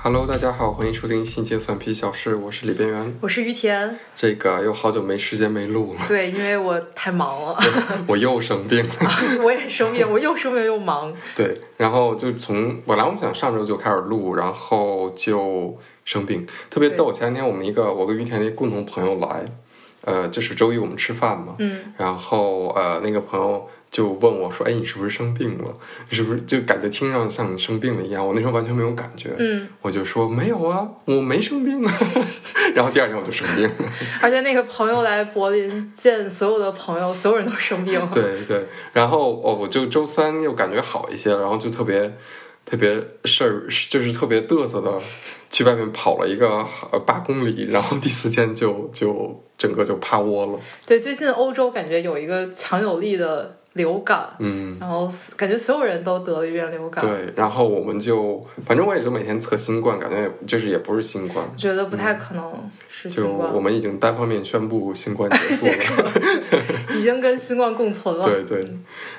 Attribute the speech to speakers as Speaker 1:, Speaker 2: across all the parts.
Speaker 1: Hello，大家好，欢迎收听新界蒜皮小事，我是李边缘。
Speaker 2: 我是于田，
Speaker 1: 这个又好久没时间没录 了，
Speaker 2: 对，因为我太忙了，
Speaker 1: 我又生病了。
Speaker 2: 我也生病，我又生病又忙，
Speaker 1: 对，然后就从本来我们想上周就开始录，然后就生病，特别
Speaker 2: 对
Speaker 1: 逗。前两天我们一个我跟于田的一个共同朋友来，呃，就是周一我们吃饭嘛，
Speaker 2: 嗯，
Speaker 1: 然后呃那个朋友就问我说：“哎，你是不是生病了？你是不是就感觉听上像你生病了一样？”我那时候完全没有感觉，
Speaker 2: 嗯，
Speaker 1: 我就说没有啊，我没生病啊。 然后第二天我就生病了。
Speaker 2: 而且那个朋友来柏林见所有的朋友，所有人都生病 了，
Speaker 1: 对对，然后哦，我就周三又感觉好一些，然后就特别特别事儿，就是特别嘚瑟的去外面跑了一个呃八公里，然后第四天就就整个就趴窝了。
Speaker 2: 对，最近欧洲感觉有一个强有力的流感，
Speaker 1: 嗯，
Speaker 2: 然后所感觉所有人都得了一遍流感，
Speaker 1: 对，然后我们就反正我也就每天测新冠，感觉也就是也不是新冠。
Speaker 2: 觉得不太可能是
Speaker 1: 嗯就
Speaker 2: 新冠
Speaker 1: 我，们已经单方面宣布新冠结束了，
Speaker 2: 已经跟新冠共存了，
Speaker 1: 对对，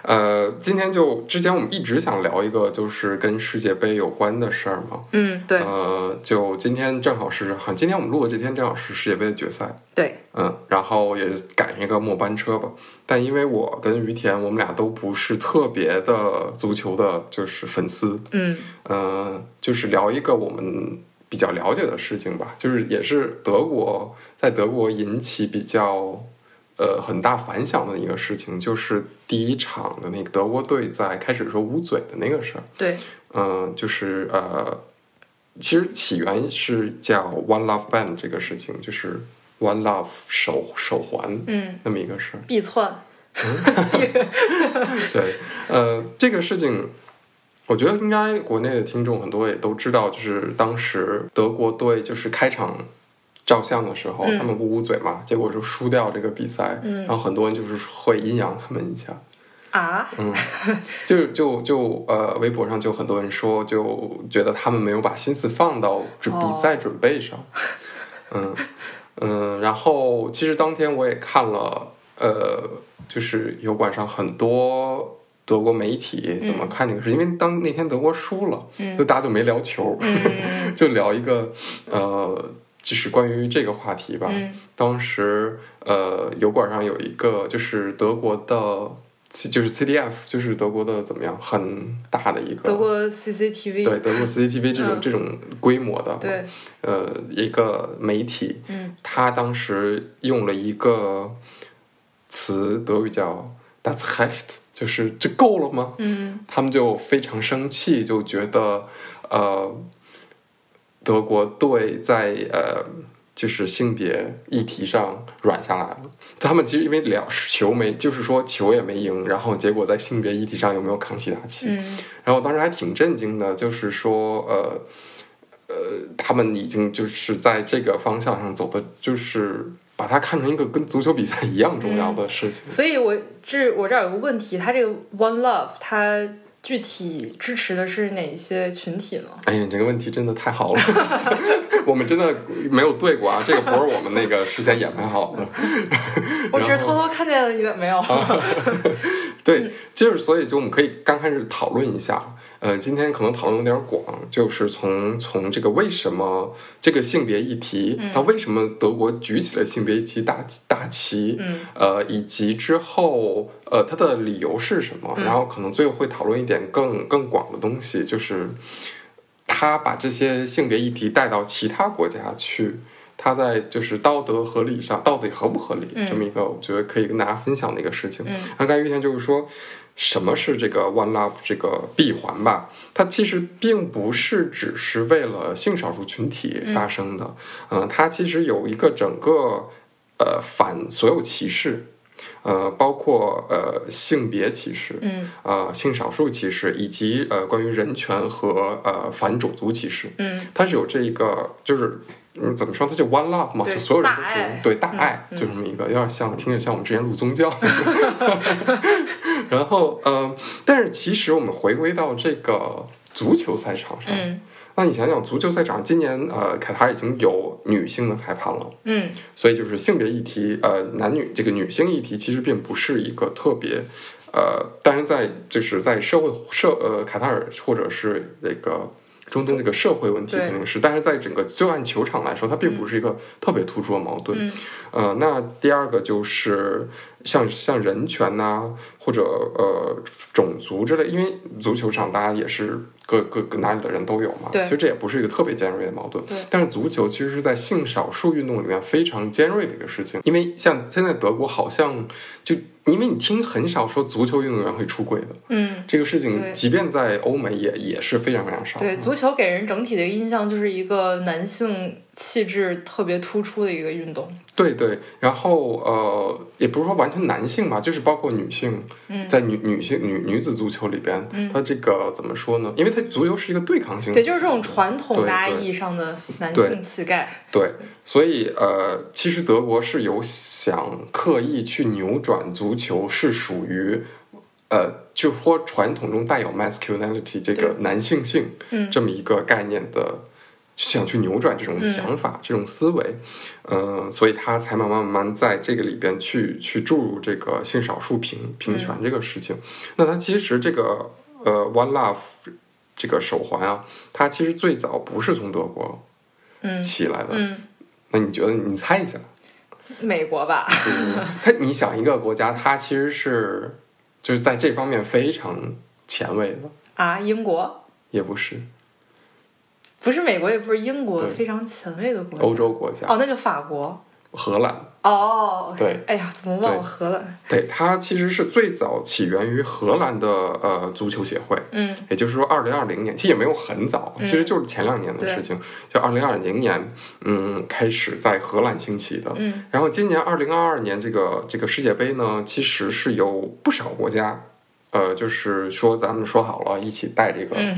Speaker 1: 呃，今天就之前我们一直想聊一个就是跟世界杯有关的事儿嘛，
Speaker 2: 嗯，对
Speaker 1: 呃，就今天正好是，好像今天我们录的这天正好是世界杯的决赛，
Speaker 2: 对，
Speaker 1: 嗯，然后也赶上一个末班车吧。但因为我跟于田，我们俩都不是特别的足球的，就是粉丝，
Speaker 2: 嗯，
Speaker 1: 呃，就是聊一个我们比较了解的事情吧，就是也是德国在德国引起比较呃很大反响的一个事情，就是第一场的那个德国队在开始的时候捂嘴的那个事儿。
Speaker 2: 对，
Speaker 1: 嗯，就是呃，其实起源是叫 One Love Band 这个事情，就是 One Love 手手环
Speaker 2: 嗯，
Speaker 1: 那么一个事儿。
Speaker 2: 闭窜，
Speaker 1: 对，呃，这个事情，我觉得应该国内的听众很多也都知道，就是当时德国队就是开场。照相的时候，
Speaker 2: 嗯
Speaker 1: 他们不捂嘴嘛，结果就输掉这个比赛，
Speaker 2: 嗯
Speaker 1: 然后很多人就是会阴阳他们一下，
Speaker 2: 啊，
Speaker 1: 嗯，就就就呃，微博上就很多人说，就觉得他们没有把心思放到这比
Speaker 2: 哦
Speaker 1: 赛准备上。嗯嗯，然后其实当天我也看了，呃，就是油管上很多德国媒体怎么看这个事，因为当那天德国输了，
Speaker 2: 嗯
Speaker 1: 就大家就没聊球，
Speaker 2: 嗯
Speaker 1: 就聊一个呃，就是关于这个话题吧。
Speaker 2: 嗯
Speaker 1: 当时呃，油管上有一个就是德国的，其就是 CDF，就是德国的怎么样，很大的一个
Speaker 2: 德国 CCTV，
Speaker 1: 对德国 CCTV 这种、
Speaker 2: 嗯
Speaker 1: 这种规模的
Speaker 2: 对
Speaker 1: 呃一个媒体，
Speaker 2: 嗯
Speaker 1: 他当时用了一个词，德语叫 “das Recht”，就是这够了吗？
Speaker 2: 嗯
Speaker 1: 他们就非常生气，就觉得呃，德国队在呃就是性别议题上软下来了。他们其实因为聊球没，就是说球也没赢，然后结果在性别议题上有没有扛起大旗？
Speaker 2: 嗯
Speaker 1: 然后我当时还挺震惊的，就是说呃。呃，他们已经就是在这个方向上走的，就是把它看成一个跟足球比赛一样重要的事情。
Speaker 2: 所以我这我这儿有个问题，它这个 One Love 它具体支持的是哪些群体呢？
Speaker 1: 哎呀，你这个问题真的太好了， 我们真的没有对过啊，这个不是我们那个事先演排好的。
Speaker 2: 我只是偷偷看见了一个，没有。
Speaker 1: 啊
Speaker 2: 嗯
Speaker 1: 对，就是所以就我们可以刚开始讨论一下，呃，今天可能讨论有点广，就是从从这个为什么这个性别议题，
Speaker 2: 嗯
Speaker 1: 它为什么德国举起了性别议题大大旗，
Speaker 2: 嗯
Speaker 1: 呃，以及之后呃它的理由是什么，
Speaker 2: 嗯
Speaker 1: 然后可能最后会讨论一点更更广的东西，就是他把这些性别议题带到其他国家去。他在就是道德合理上到底合不合理、
Speaker 2: 嗯
Speaker 1: 这么一个，我觉得可以跟大家分享的一个事情。
Speaker 2: 嗯
Speaker 1: 那刚才于天就是说，什么是这个 One Love 这个闭环吧？它其实并不是只是为了性少数群体发生的，嗯、它其实有一个整个呃反所有歧视，呃，包括呃性别歧视，
Speaker 2: 嗯
Speaker 1: 呃性少数歧视，以及呃关于人权和呃反种族歧视。
Speaker 2: 嗯
Speaker 1: 它是有这一个，就是嗯，怎么说，它就 one love 嘛，
Speaker 2: 对
Speaker 1: 就所有人都
Speaker 2: 大
Speaker 1: 是
Speaker 2: 爱嗯
Speaker 1: 对大爱，就这么一个，有点像，听着像我们之前录宗教。 然后，嗯、但是其实我们回归到这个足球赛场上，
Speaker 2: 嗯
Speaker 1: 那你想想，足球赛场今年呃，卡塔尔已经有女性的裁判了，
Speaker 2: 嗯
Speaker 1: 所以就是性别议题，呃，男女这个女性议题其实并不是一个特别，呃，但是在就是在社会社呃卡塔尔或者是那个中东这个社会问题
Speaker 2: 对
Speaker 1: 肯定是，但是在整个就按球场来说，它并不是一个特别突出的矛盾。
Speaker 2: 嗯
Speaker 1: 呃，那第二个就是像像人权呐、或者呃种族之类，因为足球场大家也是各各各哪里的人都有嘛，
Speaker 2: 对
Speaker 1: 其实这也不是一个特别尖锐的矛盾
Speaker 2: 对。
Speaker 1: 但是足球其实是在性少数运动里面非常尖锐的一个事情，因为像现在德国好像就因为你听很少说足球运动员会出轨的
Speaker 2: 嗯，
Speaker 1: 这个事情，
Speaker 2: 对
Speaker 1: 即便在欧美也也是非常非常少。
Speaker 2: 对，足球给人整体的印象就是一个男性气质特别突出的一个运动。
Speaker 1: 对对，然后呃，也不是说完全男性吧，就是包括女性，
Speaker 2: 嗯
Speaker 1: 在女女性女女子足球里边，
Speaker 2: 嗯
Speaker 1: 它这个怎么说呢？因为它足球是一个对抗性，
Speaker 2: 对，就是这种传统
Speaker 1: 对
Speaker 2: 大家
Speaker 1: 对
Speaker 2: 意义上的男
Speaker 1: 对
Speaker 2: 性气概。
Speaker 1: 对，所以呃，其实德国是有想刻意去扭转足球是属于。呃，就说传统中带有 masculinity 这个
Speaker 2: 对
Speaker 1: 男性性
Speaker 2: 嗯
Speaker 1: 这么一个概念的，想去扭转这种想法、这种思维，呃，所以他才慢慢慢慢在这个里边去去注入这个性少数平平
Speaker 2: 嗯
Speaker 1: 权这个事情。那他其实这个呃 One Love 这个手环啊，它其实最早不是从德国
Speaker 2: 嗯
Speaker 1: 起来的，
Speaker 2: 嗯，
Speaker 1: 那你觉得你猜一 下？
Speaker 2: 美国吧，
Speaker 1: 他你想一个国家，它其实是就是在这方面非常前卫的，
Speaker 2: 啊，英国
Speaker 1: 也不是
Speaker 2: 不是美国，也不是英国，
Speaker 1: 对
Speaker 2: 非常前卫的国家。
Speaker 1: 欧洲国家，
Speaker 2: 哦，那就法国。
Speaker 1: 荷兰。
Speaker 2: 哦，
Speaker 1: 对，
Speaker 2: 哎呀，怎么忘
Speaker 1: 对
Speaker 2: 了荷兰？
Speaker 1: 对，它其实是最早起源于荷兰的呃足球协会。
Speaker 2: 嗯
Speaker 1: 也就是说，二零二零年其实也没有很早，
Speaker 2: 嗯
Speaker 1: 其实就是前两年的事情。就二零二零年，嗯，开始在荷兰兴起的。
Speaker 2: 嗯
Speaker 1: 然后今年二零二二年这个这个世界杯呢，其实是有不少国家，呃，就是说咱们说好了一起戴这个
Speaker 2: 嗯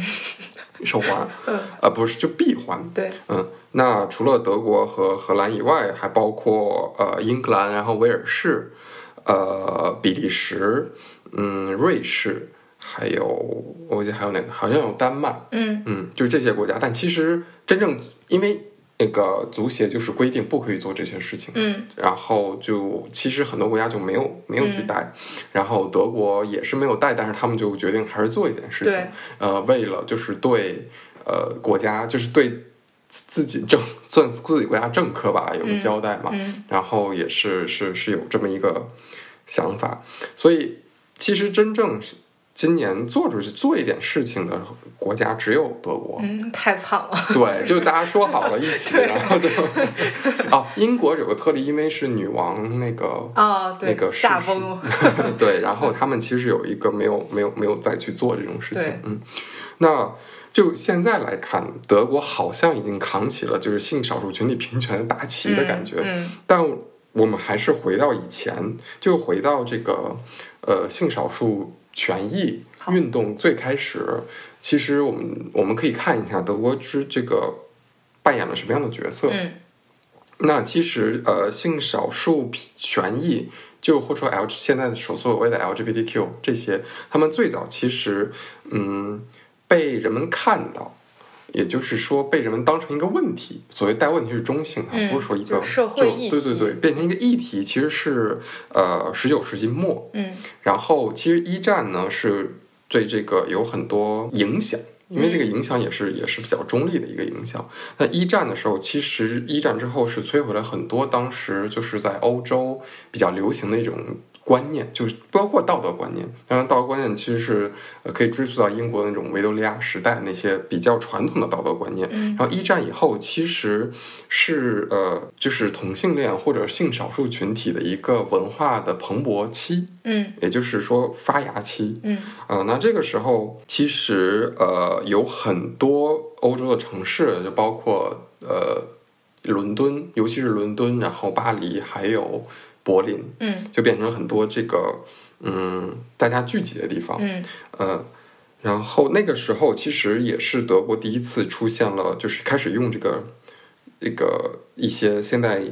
Speaker 1: 手环，
Speaker 2: 嗯，
Speaker 1: 呃，不是就闭环。
Speaker 2: 对，
Speaker 1: 嗯，那除了德国和荷兰以外，还包括呃英格兰，然后威尔士，呃比利时，嗯瑞士，还有我记得还有哪个，好像有丹麦，
Speaker 2: 嗯
Speaker 1: 嗯，就是这些国家。但其实真正因为那个足协就是规定不可以做这些事情，
Speaker 2: 嗯
Speaker 1: 然后就其实很多国家就没有没有去
Speaker 2: 嗯
Speaker 1: 带，然后德国也是没有带，但是他们就决定还是做一件事情
Speaker 2: 对，
Speaker 1: 呃，为了就是对呃国家就是对自己政算自己国家政客吧有个
Speaker 2: 嗯
Speaker 1: 交代嘛，
Speaker 2: 嗯
Speaker 1: 然后也是是是有这么一个想法，所以其实真正是今年做出去做一点事情的国家只有德国，
Speaker 2: 嗯，太惨了。
Speaker 1: 对，就大家说好了一起，
Speaker 2: 对
Speaker 1: 然后就哦，英国有个特例，因为是女王那个。
Speaker 2: 啊，对，
Speaker 1: 那个是
Speaker 2: 驾崩。
Speaker 1: 对，然后他们其实有一个没有没有没有再去做这种事情
Speaker 2: 对，
Speaker 1: 嗯，那就现在来看，德国好像已经扛起了就是性少数群体平权的大旗的感觉，
Speaker 2: 嗯
Speaker 1: 但我们还是回到以前，就回到这个呃性少数权益
Speaker 2: 好
Speaker 1: 运动最开始，其实我们我们可以看一下德国之这个扮演了什么样的角色。
Speaker 2: 嗯
Speaker 1: 那其实呃性少数权益。就或者说 L 现在所所谓的 LGBTQ 这些，他们最早其实嗯被人们看到，也就是说被人们当成一个问题。所谓带问题是中性啊，
Speaker 2: 嗯
Speaker 1: 不是说一个
Speaker 2: 就是社会
Speaker 1: 就
Speaker 2: 议
Speaker 1: 对对
Speaker 2: 题
Speaker 1: 对，变成一个议题，其实是呃十九世纪末，
Speaker 2: 嗯
Speaker 1: 然后其实一战呢是对这个有很多影响。因为这个影响也是也是比较中立的一个影响。那一战的时候，其实一战之后是摧毁了很多当时就是在欧洲比较流行的一种观念，就是包括道德观念。当然，道德观念其实是呃可以追溯到英国那种维多利亚时代那些比较传统的道德观念。
Speaker 2: 嗯
Speaker 1: 然后一战以后，其实是呃就是同性恋或者性少数群体的一个文化的蓬勃期。
Speaker 2: 嗯
Speaker 1: 也就是说发芽期。
Speaker 2: 嗯
Speaker 1: 呃，那这个时候其实呃有很多欧洲的城市，就包括呃伦敦，尤其是伦敦，然后巴黎还有柏林，
Speaker 2: 嗯
Speaker 1: 就变成很多这个嗯大家聚集的地方。
Speaker 2: 嗯
Speaker 1: 呃，然后那个时候其实也是德国第一次出现了，就是开始用这个这个一些现在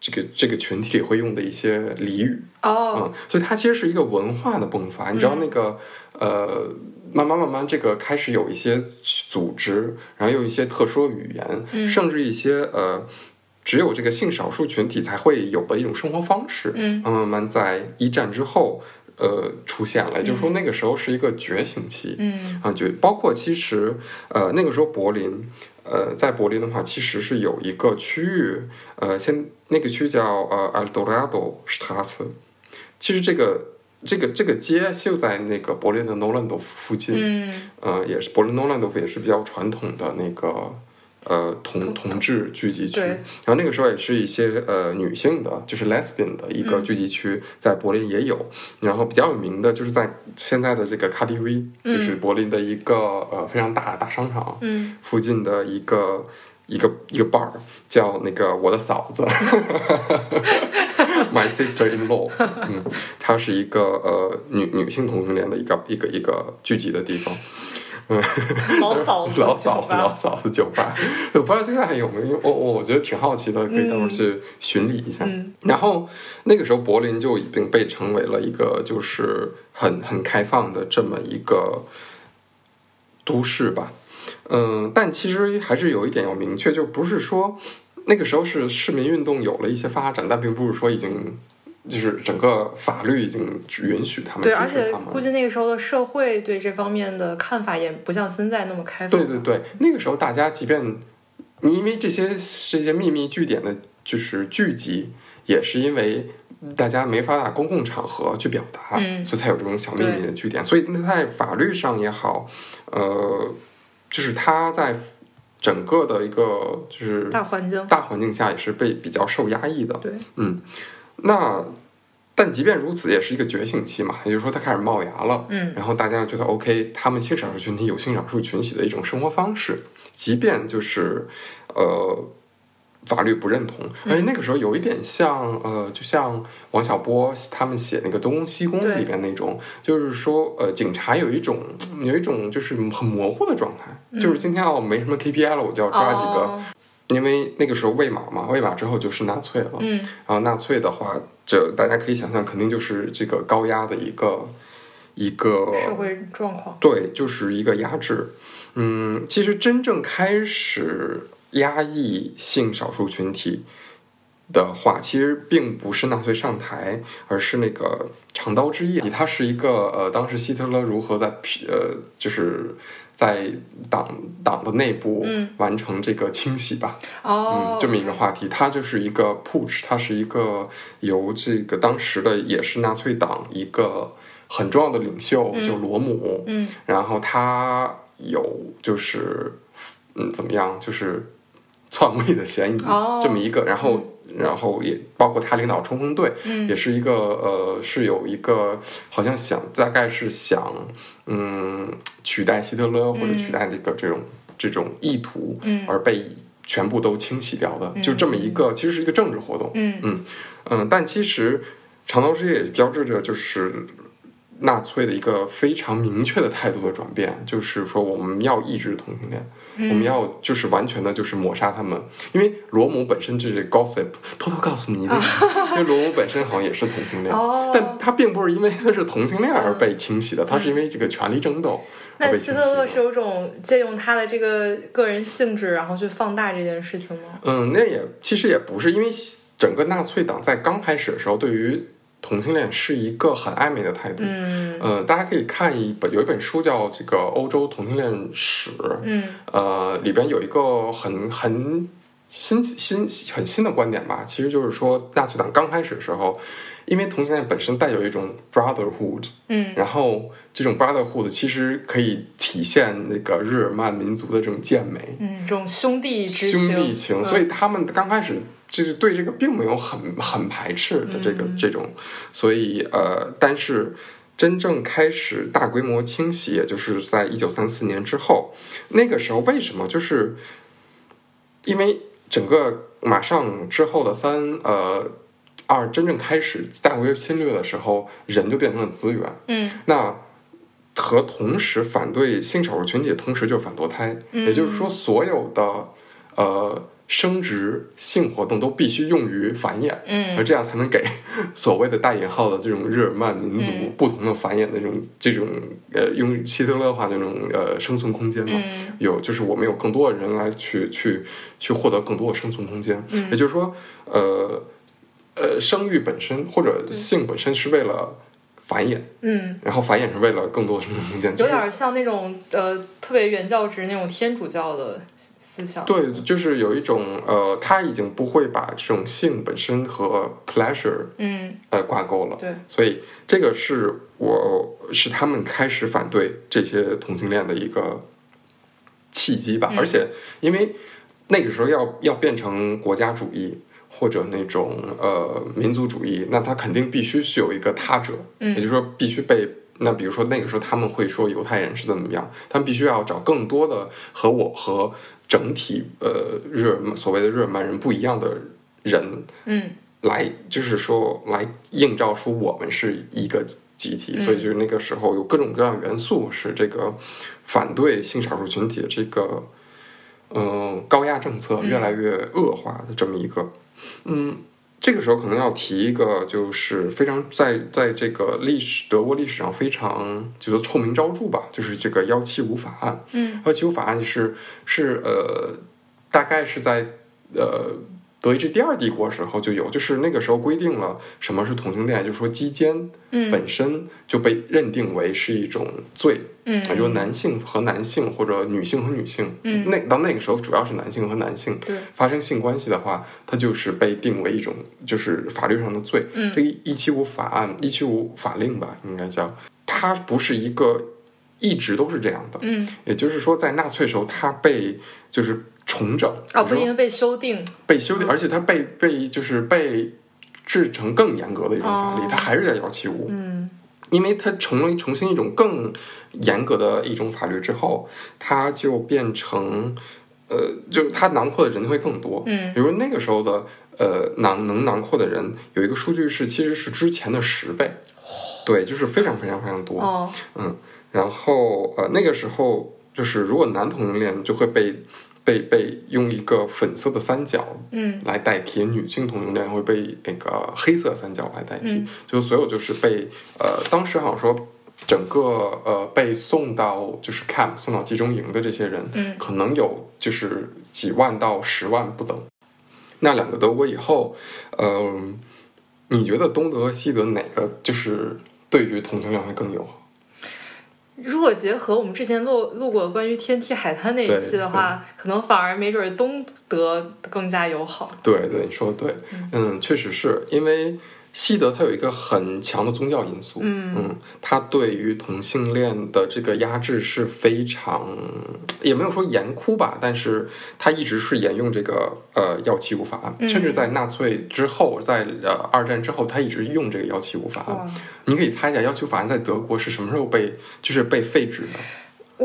Speaker 1: 这个这个群体里会用的一些俚语。
Speaker 2: 哦，嗯
Speaker 1: 嗯，所以它其实是一个文化的迸发。你知道那个、呃，慢慢慢慢，这个开始有一些组织，然后有一些特殊的语言，
Speaker 2: 嗯
Speaker 1: 甚至一些呃，只有这个性少数群体才会有的一种生活方式。
Speaker 2: 嗯
Speaker 1: 慢慢慢在一战之后，呃出现了，也就是说那个时候是一个觉醒期
Speaker 2: 嗯
Speaker 1: 啊，觉包括其实呃那个时候柏林。呃，在柏林的话，其实是有一个区域，呃，现那个区叫呃 Eldorado Straße，其实这个这个这个街就在那个柏林的 Nolandorf 附近，
Speaker 2: 嗯
Speaker 1: 呃，也是柏林 Nolandorf 也是比较传统的那个呃同同志聚集区，
Speaker 2: 对
Speaker 1: 然后那个时候也是一些呃女性的，就是 lesbian 的一个
Speaker 2: 嗯
Speaker 1: 聚集区，在柏林也有，然后比较有名的就是在现在的这个 KTV，就是柏林的一个呃非常大的大商场
Speaker 2: 嗯
Speaker 1: 附近的一个。一个一个 bar 叫那个我的嫂 子，My sister in law，嗯， 它是一个呃女女性同性恋的一个一个一个聚集的地方，
Speaker 2: 老嫂子
Speaker 1: 老嫂
Speaker 2: 酒吧
Speaker 1: 老嫂子酒吧，我不知道现在还有没有，我我我觉得挺好奇的，可以到时候去巡礼一下。
Speaker 2: 嗯
Speaker 1: 然后那个时候柏林就已经被成为了一个就是很很开放的这么一个都市吧，嗯，但其实还是有一点要明确，就不是说那个时候是市民运动有了一些发展，但并不是说已经。就是整个法律已经允许他们
Speaker 2: 对，而
Speaker 1: 支持
Speaker 2: 且
Speaker 1: 他们了
Speaker 2: 估。计那个时候的社会对这方面的看法也不像现在那么开放。
Speaker 1: 对对，对，那个时候大家即便你因为这些这些秘密据点的，就是聚集，也是因为大家没法在公共场合去表达，
Speaker 2: 嗯
Speaker 1: 所以才有这种小秘密的据点。所以那在法律上也好，呃，就是它在整个的一个就是
Speaker 2: 大环境，
Speaker 1: 大环境下也是被比较受压抑的。
Speaker 2: 对，
Speaker 1: 嗯，那但即便如此，也是一个觉醒期嘛，也就是说它开始冒芽了。
Speaker 2: 嗯
Speaker 1: 然后大家觉得 OK，他们性少数群体有性少数群体的一种生活方式，即便就是呃法律不认同，而
Speaker 2: 嗯
Speaker 1: 且那个时候有一点像呃，就像王小波他们写那个《东西宫》
Speaker 2: 对
Speaker 1: 里边那种，就是说呃，警察有一种有一种就是很模糊的状态，就是今天哦没什么 KPI 了，我就要抓几个，
Speaker 2: 嗯哦
Speaker 1: 因为那个时候魏玛嘛，魏玛之后就是纳粹了，
Speaker 2: 嗯
Speaker 1: 然后纳粹的话，这大家可以想象，肯定就是这个高压的一个一个
Speaker 2: 社会状况，
Speaker 1: 对，就是一个压制。嗯，其实真正开始压抑性少数群体的话，其实并不是纳粹上台，而是那个长刀之夜，它是一个呃，当时希特勒如何在批呃，就是在党党的内部
Speaker 2: 嗯
Speaker 1: 完成这个清洗吧，嗯，，
Speaker 2: 哦
Speaker 1: 这么一个话题，它就是一个 push，它是一个由这个当时的也是纳粹党一个很重要的领袖，
Speaker 2: 嗯
Speaker 1: 就罗姆，
Speaker 2: 嗯
Speaker 1: 然后他有就是嗯怎么样，就是篡位的嫌疑，
Speaker 2: 哦
Speaker 1: 这么一个，然后然后也包括他领导冲锋队，
Speaker 2: 嗯
Speaker 1: 也是一个呃是有一个好像想大概是想嗯取代希特勒或者
Speaker 2: 嗯
Speaker 1: 取代这个这种这种意图，
Speaker 2: 嗯
Speaker 1: 而被全部都清洗掉的，
Speaker 2: 嗯
Speaker 1: 就这么一个，其实是一个政治活动。
Speaker 2: 嗯
Speaker 1: 嗯，但其实长刀之夜也标志着就是纳粹的一个非常明确的态度的转变，就是说我们要抑制同性恋，
Speaker 2: 嗯
Speaker 1: 我们要就是完全的就是抹杀他们，因为罗姆本身就是 gossip，偷偷告诉你一个，因为罗姆本身好像也是同性恋。
Speaker 2: 啊哦，
Speaker 1: 但他并不是因为他是同性恋而被清洗的，他是因为这个权力争斗而
Speaker 2: 嗯那
Speaker 1: 被
Speaker 2: 希
Speaker 1: 清洗
Speaker 2: 特
Speaker 1: 的。
Speaker 2: 勒是有种借用他的这个个人性质，然后去放大这件事情吗？
Speaker 1: 嗯，那也其实也不是，因为整个纳粹党在刚开始的时候，对于同性恋是一个很暧昧的态度。
Speaker 2: 嗯
Speaker 1: 呃，大家可以看一本有一本书叫《这个欧洲同性恋史》，
Speaker 2: 嗯
Speaker 1: 呃，里边有一个很很新新很新的观点吧，其实就是说纳粹党刚开始的时候，因为同性恋本身带有一种 brotherhood，
Speaker 2: 嗯
Speaker 1: 然后这种 brotherhood 其实可以体现那个日耳曼民族的这种健美，
Speaker 2: 嗯，这种兄弟之
Speaker 1: 兄弟
Speaker 2: 情，嗯
Speaker 1: 情，所以他们刚开始就是对这个并没有很很排斥的这个、
Speaker 2: 嗯
Speaker 1: 这种，所以呃，但是真正开始大规模清洗，也就是在一九三四年之后，那个时候为什么就是因为整个马上之后的三呃二真正开始大规模侵略的时候，人就变成了资源，
Speaker 2: 嗯
Speaker 1: 那和同时反对性少数群体，的同时就是反堕胎，
Speaker 2: 嗯
Speaker 1: 也就是说，所有的呃生殖性活动都必须用于繁衍，而
Speaker 2: 嗯
Speaker 1: 这样才能给 所谓的带引号的这种日耳曼民族
Speaker 2: 嗯
Speaker 1: 不同的繁衍的这种这种呃用希特勒话这种呃生存空间嘛。
Speaker 2: 嗯
Speaker 1: 有，就是我们有更多的人来去去去获得更多的生存空间。
Speaker 2: 嗯
Speaker 1: 也就是说，呃呃，生育本身或者性本身是为了繁衍，
Speaker 2: 嗯，
Speaker 1: 然后繁衍是为了更多的生存空间，就
Speaker 2: 有
Speaker 1: 是
Speaker 2: 点像那种呃特别原教旨那种天主教的思想。
Speaker 1: 对，就是有一种呃，他已经不会把这种性本身和 pleasure
Speaker 2: 嗯，
Speaker 1: 呃挂钩了，
Speaker 2: 对，
Speaker 1: 所以这个是我是他们开始反对这些同性恋的一个契机吧。
Speaker 2: 嗯
Speaker 1: 而且因为那个时候要要变成国家主义或者那种呃民族主义，那他肯定必须是有一个他者，
Speaker 2: 嗯
Speaker 1: 也就是说必须被。那比如说那个时候他们会说犹太人是怎么样，他们必须要找更多的和我和整体呃日耳曼所谓的日耳曼人不一样的人
Speaker 2: 嗯
Speaker 1: 来，就是说来映照出我们是一个集体，
Speaker 2: 嗯
Speaker 1: 所以就是那个时候有各种各样的元素使这个反对性少数群体的这个嗯、呃高压政策
Speaker 2: 嗯
Speaker 1: 越来越恶化的这么一个嗯。这个时候可能要提一个，就是非常在在这个历史德国历史上非常就是臭名昭著吧，就是这个幺七五法案。
Speaker 2: 嗯
Speaker 1: 幺七五法案是是呃，大概是在呃德意志第二帝国时候就有，就是那个时候规定了什么是同性恋，就是说基奸
Speaker 2: 嗯
Speaker 1: 本身就被认定为是一种罪，
Speaker 2: 嗯，
Speaker 1: 也就是男性和男性或者女性和女性，
Speaker 2: 嗯
Speaker 1: 那到那个时候主要是男性和男性
Speaker 2: 对
Speaker 1: 发生性关系的话，它就是被定为一种就是法律上的罪。
Speaker 2: 嗯
Speaker 1: 这个一七五法案、一七五法令吧，应该叫，它不是一个一直都是这样的，
Speaker 2: 嗯
Speaker 1: 也就是说，在纳粹时候，它被就是重整，比
Speaker 2: 哦，不
Speaker 1: 如说
Speaker 2: 应该被修订。
Speaker 1: 被修订，
Speaker 2: 嗯
Speaker 1: 而且它被被就是被制成更严格的一种法律，
Speaker 2: 哦
Speaker 1: 它还是叫幺七五，
Speaker 2: 嗯
Speaker 1: 因为它成为重新一种更严格的一种法律之后，它就变成呃，就它囊括的人会更多。
Speaker 2: 嗯
Speaker 1: 比如那个时候的呃囊能囊括的人有一个数据是其实是之前的十倍，对，就是非常非常非常多。
Speaker 2: 哦
Speaker 1: 嗯，然后呃，那个时候就是如果男同性恋就会被被被用一个粉色的三角
Speaker 2: 嗯
Speaker 1: 来代替，女性同性恋会被那个黑色三角来代替，
Speaker 2: 嗯
Speaker 1: 就所有就是被呃，当时好像说整个呃被送到就是 camp 送到集中营的这些人，
Speaker 2: 嗯
Speaker 1: 可能有就是几万到十万不等。那两个德国以后，嗯、你觉得东德和西德哪个就是对于同性恋会更友好？
Speaker 2: 如果结合我们之前录录过关于天梯海滩那一期的话，可能反而没准东德更加友好。
Speaker 1: 对对，你说的对，嗯，确实是因为西德它有一个很强的宗教因素，
Speaker 2: 嗯
Speaker 1: 它对于同性恋的这个压制是非常，也没有说严酷吧，但是它一直是沿用这个呃幺七五法案，
Speaker 2: 嗯
Speaker 1: 甚至在纳粹之后，在呃二战之后，它一直用这个幺七五法案。
Speaker 2: 哇，
Speaker 1: 你可以猜一下幺七五法案在德国是什么时候被就是被废止的？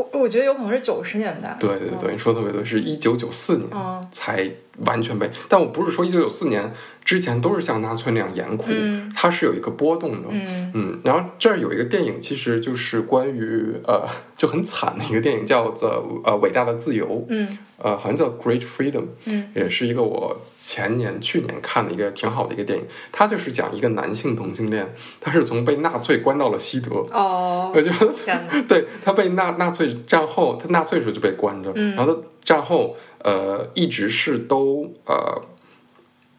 Speaker 2: 哦我我觉得有可能是九十年代。
Speaker 1: 对对对，
Speaker 2: 嗯
Speaker 1: 你说得特别对，是一九九四年
Speaker 2: 哦
Speaker 1: 才完全被。但我不是说一九九四年之前都是像纳粹那样严酷，
Speaker 2: 嗯
Speaker 1: 它是有一个波动的。
Speaker 2: 嗯
Speaker 1: 嗯，然后这儿有一个电影，其实就是关于呃就很惨的一个电影，叫做呃伟大的自由，
Speaker 2: 嗯
Speaker 1: 呃好像叫 Great Freedom，
Speaker 2: 嗯
Speaker 1: 也是一个我前年去年看的一个挺好的一个电影。它就是讲一个男性同性恋，他是从被纳粹关到了西德，
Speaker 2: 哦
Speaker 1: 我，觉得
Speaker 2: 天哪！
Speaker 1: 对他被纳纳粹战后，他纳粹时候就被关着，
Speaker 2: 嗯
Speaker 1: 然后他战后呃一直是都呃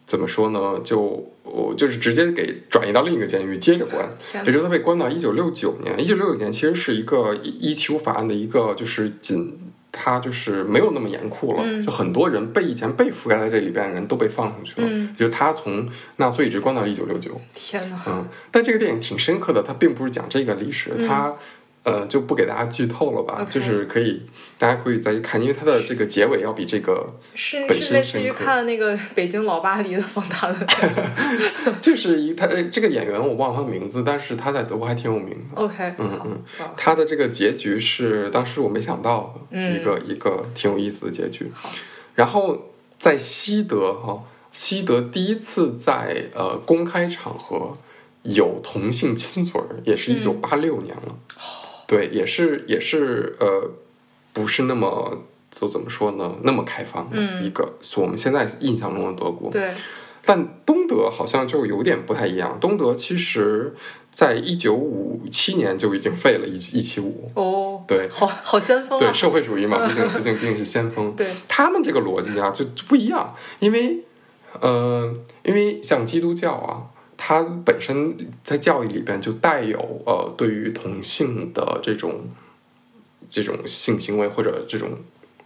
Speaker 1: 怎么说呢，就我就是直接给转移到另一个监狱接着关，
Speaker 2: 天
Speaker 1: 也就
Speaker 2: 哪！
Speaker 1: 是他被关到一九六九年。一九六九年其实是一个一一七五法案的一个就是仅。他就是没有那么严酷了，
Speaker 2: 嗯
Speaker 1: 就很多人被以前被覆盖在这里边的人都被放出去了，
Speaker 2: 嗯
Speaker 1: 就他从纳粹一直关到一九六九，
Speaker 2: 天哪！
Speaker 1: 嗯，但这个电影挺深刻的，它并不是讲这个历史，
Speaker 2: 嗯
Speaker 1: 它呃就不给大家剧透了吧
Speaker 2: OK
Speaker 1: 就是可以大家可以再去看，因为它的这个结尾要比这个
Speaker 2: 是
Speaker 1: 本
Speaker 2: 是
Speaker 1: 身
Speaker 2: 类似于
Speaker 1: 深刻
Speaker 2: 看那个北京老巴黎的访 谈的感觉。
Speaker 1: 就是一他这个演员我忘了他的名字，但是他在德国还挺有名的。
Speaker 2: OK，
Speaker 1: 嗯
Speaker 2: 好
Speaker 1: 嗯，
Speaker 2: 好
Speaker 1: 他的这个结局是当时我没想到的、
Speaker 2: 嗯
Speaker 1: 一个一个挺有意思的结局
Speaker 2: 好。
Speaker 1: 然后在西德哈、西德第一次在呃公开场合有同性亲嘴儿，也是
Speaker 2: 嗯哦
Speaker 1: 一九八六年了。对，也是也是呃，不是那么就怎么说呢？那么开放的
Speaker 2: 嗯
Speaker 1: 一个，所我们现在印象中的德国。
Speaker 2: 对，
Speaker 1: 但东德好像就有点不太一样。东德其实在一九五七年就已经废了一一七五，
Speaker 2: 哦，
Speaker 1: 对
Speaker 2: 好好先锋
Speaker 1: 对，
Speaker 2: 啊，
Speaker 1: 社会主义嘛，毕竟毕竟毕竟是先锋。
Speaker 2: 对，
Speaker 1: 他们这个逻辑啊就就不一样，因为呃，因为像基督教啊，它本身在教育里边就带有呃对于同性的这种这种性行为或者这种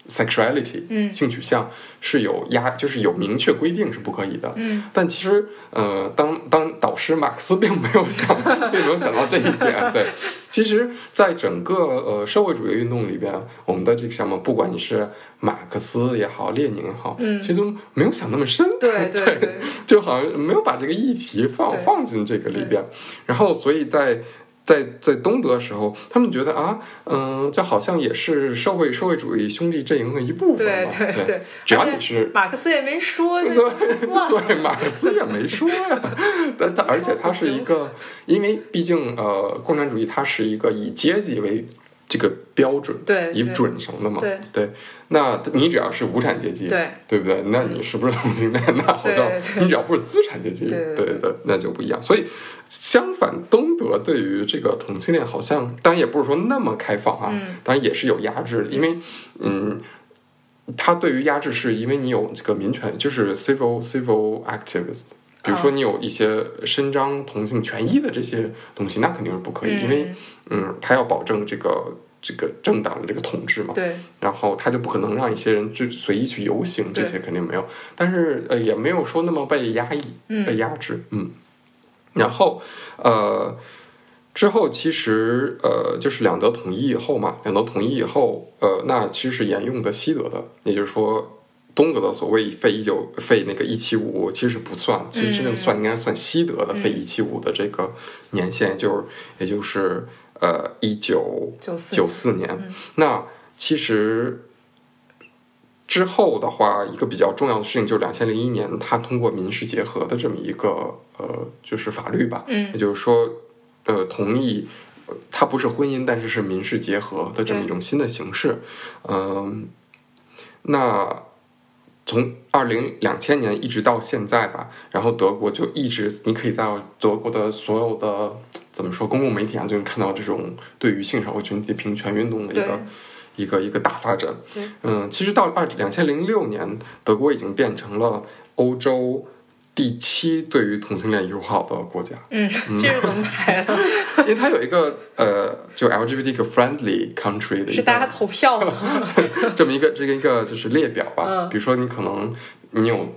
Speaker 1: sexuality
Speaker 2: 嗯
Speaker 1: 性取向是有压，就是有明确规定是不可以的。
Speaker 2: 嗯
Speaker 1: 但其实，呃，当当导师马克思并没有想，并没有想到这一点。 对，其实，在整个呃社会主义运动里边，我们的这个项目，不管你是马克思也好，列宁也好，
Speaker 2: 嗯
Speaker 1: 其实都没有想那么深。
Speaker 2: 对对
Speaker 1: 对
Speaker 2: 对
Speaker 1: 就好像没有把这个议题放
Speaker 2: 对
Speaker 1: 放进这个里边，然后所以在。在在东德的时候，他们觉得啊，嗯、这好像也是社会社会主义兄弟阵营的一部分
Speaker 2: 对
Speaker 1: 嘛。
Speaker 2: 对对对，
Speaker 1: 只要
Speaker 2: 而且
Speaker 1: 你是
Speaker 2: 马克思也没说，那
Speaker 1: 对
Speaker 2: 就算了
Speaker 1: 对，马克思也没说呀。但但而且它是一
Speaker 2: 哦
Speaker 1: 个，因为毕竟呃，共产主义它是一个以阶级为这个标准，
Speaker 2: 对
Speaker 1: 以
Speaker 2: 对
Speaker 1: 准绳的嘛。
Speaker 2: 对
Speaker 1: 那你只要是无产阶级，
Speaker 2: 对
Speaker 1: 对不对？那你是不是同性恋？ 那好像
Speaker 2: 对对
Speaker 1: 你只要不是资产阶级，
Speaker 2: 对对
Speaker 1: 对
Speaker 2: 对
Speaker 1: 那就不一样。所以相反，东德对于这个同性恋好像，当然也不是说那么开放啊，
Speaker 2: 嗯
Speaker 1: 当然也是有压制的，因为嗯。他对于压制是因为你有这个民权，就是 civil civil activist，比如说你有一些伸张同性权益的这些东西，那肯定是不可以，因为
Speaker 2: 嗯
Speaker 1: 嗯，他要保证这个这个政党的这个统治嘛，
Speaker 2: 对
Speaker 1: 然后他就不可能让一些人就随意去游行，
Speaker 2: 对
Speaker 1: 这些肯定没有，但是呃也没有说那么被压抑、
Speaker 2: 嗯
Speaker 1: 被压制，嗯，然后呃之后其实呃就是两德统一以后嘛，两德统一以后，呃那其实是沿用的西德的，也就是说。东德的所谓废一九废那个一七五，其实不算，其实真正
Speaker 2: 嗯
Speaker 1: 算应该算西德的废一七五的这个年限，就是也就是呃一九
Speaker 2: 94
Speaker 1: 九四年。
Speaker 2: 嗯
Speaker 1: 那其实之后的话，一个比较重要的事情就是两千零一年，他通过民事结合的这么一个呃，就是法律吧，也
Speaker 2: 嗯
Speaker 1: 就是说，呃，同意。呃它不是婚姻，但是是民事结合的这么一种新的形式。嗯，那从二零两千年一直到现在吧，然后德国就一直，你可以在德国的所有的怎么说公共媒体上啊就能看到这种对于性少数群体平权运动的一
Speaker 2: 对
Speaker 1: 个一个一个大发展
Speaker 2: 对。
Speaker 1: 嗯，其实到二两千零六年，德国已经变成了欧洲第七对于同性恋友好的国家。
Speaker 2: 嗯，这是怎么排 的？
Speaker 1: 因为它有一个呃，就 LGBTQ friendly country 的一
Speaker 2: 是大家
Speaker 1: 个
Speaker 2: 投票吗？
Speaker 1: 这么一个这个一个就是列表吧。
Speaker 2: 嗯
Speaker 1: 比如说你可能你有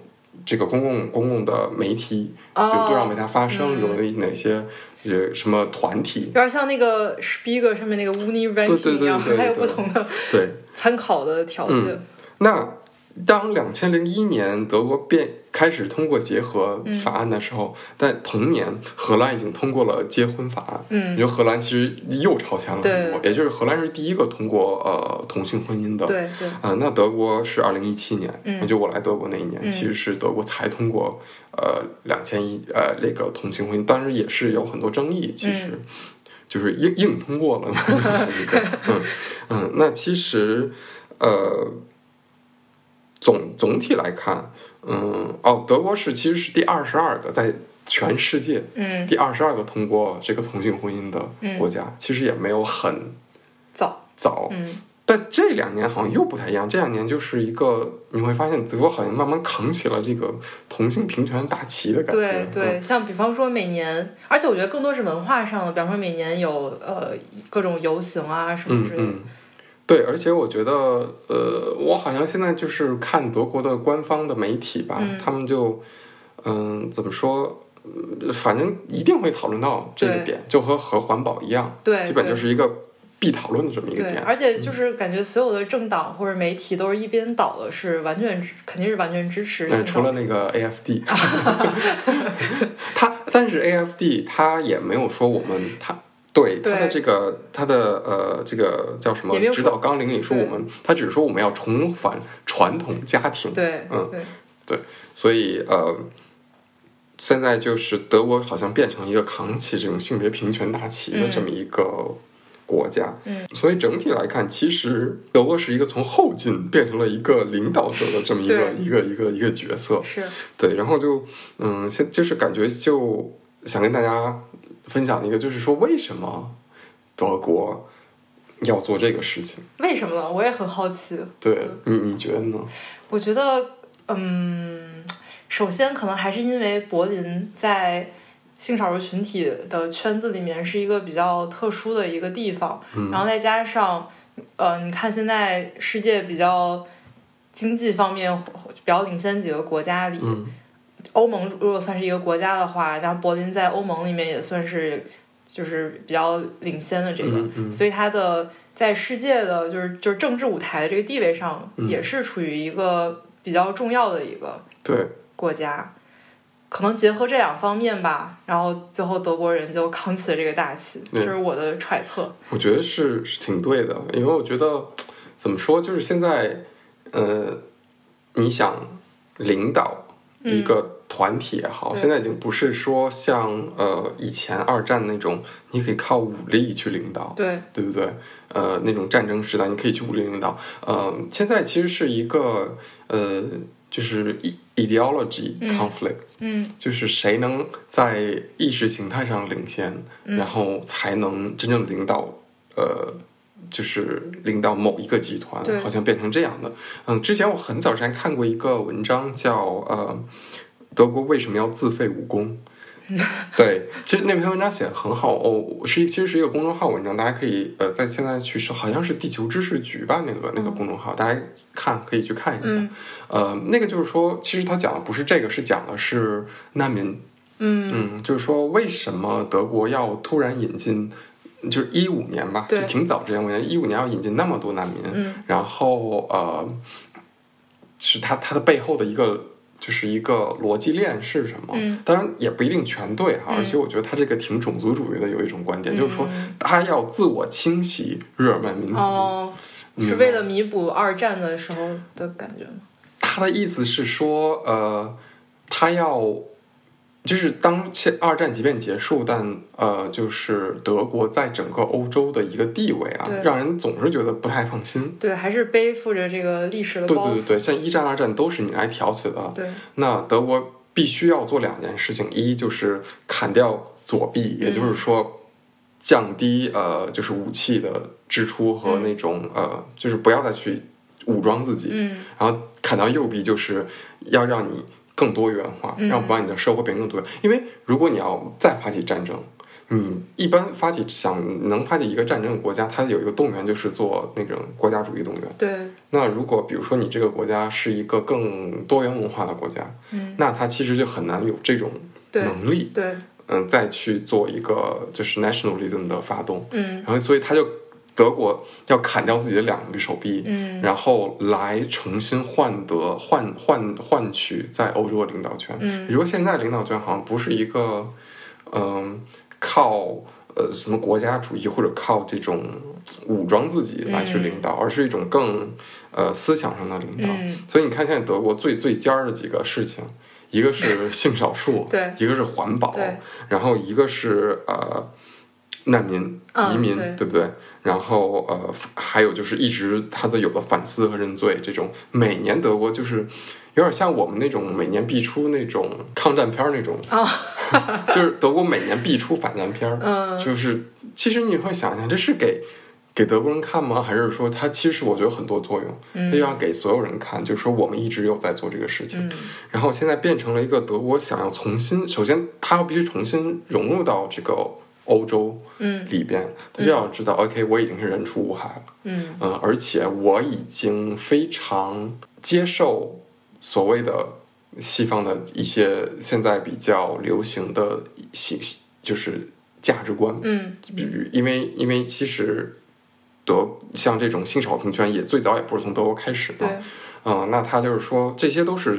Speaker 1: 这个公共公共的媒体，有
Speaker 2: 哦
Speaker 1: 多少为它发声，
Speaker 2: 嗯
Speaker 1: 有哪些呃什么团体
Speaker 2: 有，点像那个 Spiegel 上面那个 Uni
Speaker 1: 对对
Speaker 2: Ranking 一样，
Speaker 1: 对对对
Speaker 2: 它有不同的
Speaker 1: 对，
Speaker 2: 参考的条件
Speaker 1: 嗯。那当两千零一年德国变开始通过结合
Speaker 2: 嗯
Speaker 1: 法案的时候，但同年荷兰已经通过了结婚法案。
Speaker 2: 嗯
Speaker 1: 你说荷兰其实又超前了很多，
Speaker 2: 对
Speaker 1: 也就是荷兰是第一个通过呃同性婚姻的。
Speaker 2: 对对，
Speaker 1: 啊、那德国是二零一七年，
Speaker 2: 嗯
Speaker 1: 也就我来德国那一年，
Speaker 2: 嗯
Speaker 1: 其实是德国才通过呃两千一呃那个同性婚姻，当然也是有很多争议，其实、
Speaker 2: 嗯
Speaker 1: 就是硬硬通过了， 是一个嗯嗯，那其实呃总总体来看，嗯哦，德国是其实是第二十二个在全世界
Speaker 2: 嗯，
Speaker 1: 第二十二个通过这个同性婚姻的国家，其实也没有很
Speaker 2: 早，
Speaker 1: 早，
Speaker 2: 嗯
Speaker 1: 但这两年好像又不太一样，这两年就是一个你会发现德国好像慢慢扛起了这个同性平权大旗的感觉嗯
Speaker 2: 对。对，像比方说每年，而且我觉得更多是文化上的，比方说每年有呃各种游行啊什么
Speaker 1: 嗯
Speaker 2: 之类的
Speaker 1: 嗯，对，而且我觉得呃，我好像现在就是看德国的官方的媒体吧，
Speaker 2: 嗯
Speaker 1: 他们就嗯、怎么说？呃反正一定会讨论到这个
Speaker 2: 对
Speaker 1: 点，就和和环保一样，
Speaker 2: 对
Speaker 1: 基本
Speaker 2: 对
Speaker 1: 就是一个必讨论的这么一个
Speaker 2: 对，
Speaker 1: 点。嗯
Speaker 2: 而且就是感觉所有的政党或者媒体都是一边倒的，是完全支肯定是完全支持
Speaker 1: 嗯，
Speaker 2: 性
Speaker 1: 除了
Speaker 2: 少数。
Speaker 1: 那个 AFD，他但是 AFD 他也没有说我们他对他
Speaker 2: 对
Speaker 1: 的这个他的呃这个叫什么
Speaker 2: 也没有
Speaker 1: 指
Speaker 2: 说
Speaker 1: 导纲领里说
Speaker 2: 对
Speaker 1: 我们，他只是说我们要重返传统家庭，
Speaker 2: 对
Speaker 1: 嗯
Speaker 2: 对
Speaker 1: 所以呃现在就是德国好像变成一个扛起这种性别平权大旗的
Speaker 2: 嗯
Speaker 1: 这么一个国家，
Speaker 2: 嗯
Speaker 1: 所以整体来看，其实德国是一个从后进变成了一个领导者的这么一个
Speaker 2: 对
Speaker 1: 一个一个一个角色，
Speaker 2: 是，
Speaker 1: 对，然后就嗯，现就是感觉就想跟大家分享一个，就是说为什么德国要做这个事情？
Speaker 2: 为什么呢？我也很好奇。
Speaker 1: 对你，
Speaker 2: 嗯
Speaker 1: 你觉得呢？
Speaker 2: 我觉得，嗯，首先可能还是因为柏林在性少数群体的圈子里面是一个比较特殊的一个地方，
Speaker 1: 嗯
Speaker 2: 然后再加上，呃，你看现在世界比较经济方面比较领先几个国家里，
Speaker 1: 嗯
Speaker 2: 欧盟如果算是一个国家的话，那柏林在欧盟里面也算是就是比较领先的这个，
Speaker 1: 嗯嗯
Speaker 2: 所以它的在世界的就是就是政治舞台的这个地位上，
Speaker 1: 嗯
Speaker 2: 也是处于一个比较重要的一个
Speaker 1: 对，
Speaker 2: 国家。可能结合这两方面吧，然后最后德国人就扛起了这个大旗，这
Speaker 1: 嗯
Speaker 2: 是我的揣测。
Speaker 1: 我觉得是是挺对的，因为我觉得怎么说，就是现在，呃，你想领导一个团体也好，
Speaker 2: 嗯对
Speaker 1: 现在已经不是说像呃以前二战那种，你可以靠武力去领导，
Speaker 2: 对，
Speaker 1: 对不对？呃，那种战争时代，你可以去武力领导。呃，现在其实是一个呃，就是 i- ideology
Speaker 2: 嗯
Speaker 1: conflict，、
Speaker 2: 嗯
Speaker 1: 就是谁能在意识形态上领先，
Speaker 2: 嗯
Speaker 1: 然后才能真正领导，呃，就是领导某一个集团
Speaker 2: 对，
Speaker 1: 好像变成这样的。嗯，之前我很早之前看过一个文章叫呃，德国为什么要自废武功？
Speaker 2: 嗯
Speaker 1: 对，其实那篇文章写的很好哦，是一其实是一个公众号文章，大家可以呃在现在去搜，好像是地球知识局吧，那个那个公众号，大家看可以去看一下。
Speaker 2: 嗯
Speaker 1: 呃，那个就是说，其实他讲的不是这个，是讲的是难民。
Speaker 2: 嗯
Speaker 1: 嗯，就是说为什么德国要突然引进，就是一五年吧，就
Speaker 2: 对
Speaker 1: 挺早之前，我觉得一五年要引进那么多难民，
Speaker 2: 嗯
Speaker 1: 然后呃，是它它的背后的一个就是一个逻辑链是什么？
Speaker 2: 嗯
Speaker 1: 当然也不一定全对哈、
Speaker 2: 嗯
Speaker 1: 而且我觉得它这个挺种族主义的，有一种观点、
Speaker 2: 嗯
Speaker 1: 就是说它要自我清洗日耳曼民族。
Speaker 2: 哦，
Speaker 1: 嗯
Speaker 2: 是为了弥补二战的时候的感觉吗？
Speaker 1: 他的意思是说，呃，他要就是当现二战即便结束，但呃，就是德国在整个欧洲的一个地位啊
Speaker 2: 对，
Speaker 1: 让人总是觉得不太放心。
Speaker 2: 对，还是背负着这个历史的
Speaker 1: 对
Speaker 2: 包
Speaker 1: 对对
Speaker 2: 袱。
Speaker 1: 对，像一战、二战都是你来挑起的，
Speaker 2: 对，
Speaker 1: 那德国必须要做两件事情，一就是砍掉左臂，
Speaker 2: 嗯
Speaker 1: 也就是说降低呃就是武器的支出和
Speaker 2: 嗯
Speaker 1: 那种、呃就是不要再去武装自己，
Speaker 2: 嗯
Speaker 1: 然后砍到右臂就是要让你更多元化，
Speaker 2: 嗯
Speaker 1: 让把你的社会变得更多元。因为如果你要再发起战争，你一般发起想能发起一个战争的国家，它有一个动员就是做那种国家主义动员。
Speaker 2: 对，
Speaker 1: 那如果比如说你这个国家是一个更多元文化的国家，
Speaker 2: 嗯
Speaker 1: 那它其实就很难有这种
Speaker 2: 对
Speaker 1: 能力，
Speaker 2: 对，
Speaker 1: 嗯，再去做一个就是 nationalism 的发动。
Speaker 2: 嗯
Speaker 1: 然后所以他就德国要砍掉自己的两个手臂，
Speaker 2: 嗯
Speaker 1: 然后来重新换得换换换取在欧洲的领导权。
Speaker 2: 嗯
Speaker 1: 比如说现在领导权好像不是一个，嗯、靠呃什么国家主义或者靠这种武装自己来去领导，而是一种更呃思想上的领导。
Speaker 2: 嗯，
Speaker 1: 所以你看现在德国最最尖儿的几个事情。一个是性少数
Speaker 2: 对
Speaker 1: 一个是环保
Speaker 2: 对，
Speaker 1: 然后一个是呃难民、
Speaker 2: 嗯
Speaker 1: 移民，
Speaker 2: 对
Speaker 1: 对不对？然后呃，还有就是一直他都有了反思和认罪这种，每年德国就是有点像我们那种每年必出那种抗战片儿那种，
Speaker 2: 哦
Speaker 1: 就是德国每年必出反战片儿，
Speaker 2: 嗯
Speaker 1: 就是其实你会想想，这是给给德国人看吗？还是说它其实我觉得很多作用，它就要给所有人看，就是说我们一直有在做这个事情。
Speaker 2: 嗯
Speaker 1: 然后现在变成了一个德国想要重新，首先他要必须重新融入到这个欧洲
Speaker 2: 嗯
Speaker 1: 里边，他就要知道、o k 我已经是人畜无害了，
Speaker 2: 嗯
Speaker 1: 嗯，而且我已经非常接受所谓的西方的一些现在比较流行的形，就是价值观，
Speaker 2: 嗯
Speaker 1: 因为因为其实德像这种性少数平权也最早也不是从德国开始嘛
Speaker 2: 对，
Speaker 1: 嗯，那他就是说，这些都是，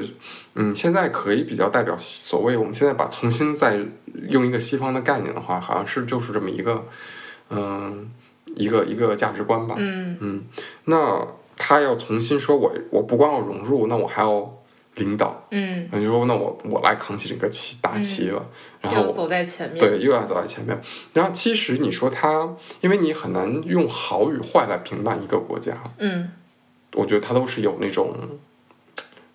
Speaker 1: 嗯，现在可以比较代表所谓我们现在把重新再用一个西方的概念的话，好像是就是这么一个，嗯，一个一个价值观吧。
Speaker 2: 嗯
Speaker 1: 嗯，那他要重新说我我不光要融入，那我还要领导，
Speaker 2: 嗯，
Speaker 1: 那就说那我我来扛起这个旗大旗了，然后
Speaker 2: 要走在前面。
Speaker 1: 对，又要走在前面。然后其实你说他，因为你很难用好与坏来评判一个国家，
Speaker 2: 嗯
Speaker 1: 我觉得它都是有那种，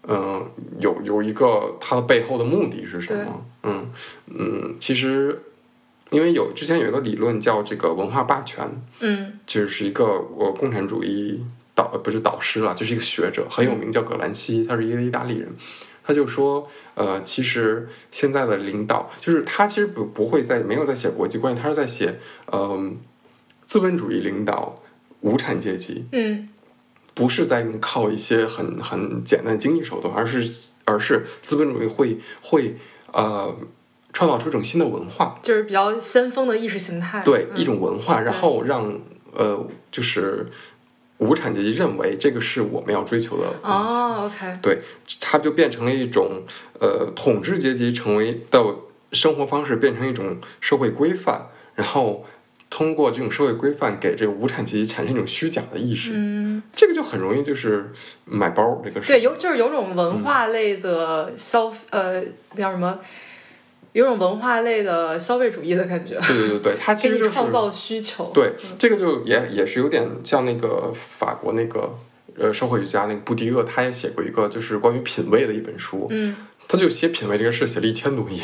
Speaker 1: 嗯、有有一个它的背后的目的是什么？嗯嗯，其实因为有之前有一个理论叫这个文化霸权，
Speaker 2: 嗯
Speaker 1: 就是一个呃共产主义导呃不是导师了，就是一个学者很有名，叫葛兰西，他是一个意大利人。他就说，呃，其实现在的领导就是他其实不不会在没有在写国际关系，他是在写嗯、资本主义领导无产阶级，
Speaker 2: 嗯
Speaker 1: 不是在用靠一些很很简单的经济手段，而是而是资本主义会会呃创造出一种新的文化，
Speaker 2: 就是比较先锋的意识形态，
Speaker 1: 对
Speaker 2: 嗯
Speaker 1: 一种文化，然
Speaker 2: 对
Speaker 1: 后让呃就是无产阶级认为这个是我们要追求的东西。
Speaker 2: 哦，OK，
Speaker 1: 对，它就变成了一种呃统治阶级成为的生活方式变成一种社会规范，然后通过这种社会规范给这个无产阶级产生一种虚假的意识，
Speaker 2: 嗯，
Speaker 1: 这个就很容易就是买包儿这个事。
Speaker 2: 对，有就是有种文化类的消、
Speaker 1: 嗯
Speaker 2: 呃叫什么，有种文化类的消费主义的感觉，
Speaker 1: 对对对对，它其
Speaker 2: 给
Speaker 1: 实
Speaker 2: 你
Speaker 1: 就是
Speaker 2: 创造需求，
Speaker 1: 对，这个就也也是有点像那个法国那个呃社会学家那个布迪厄，他也写过一个就是关于品味的一本书，
Speaker 2: 嗯，
Speaker 1: 他就写品味这个事写了一千多页，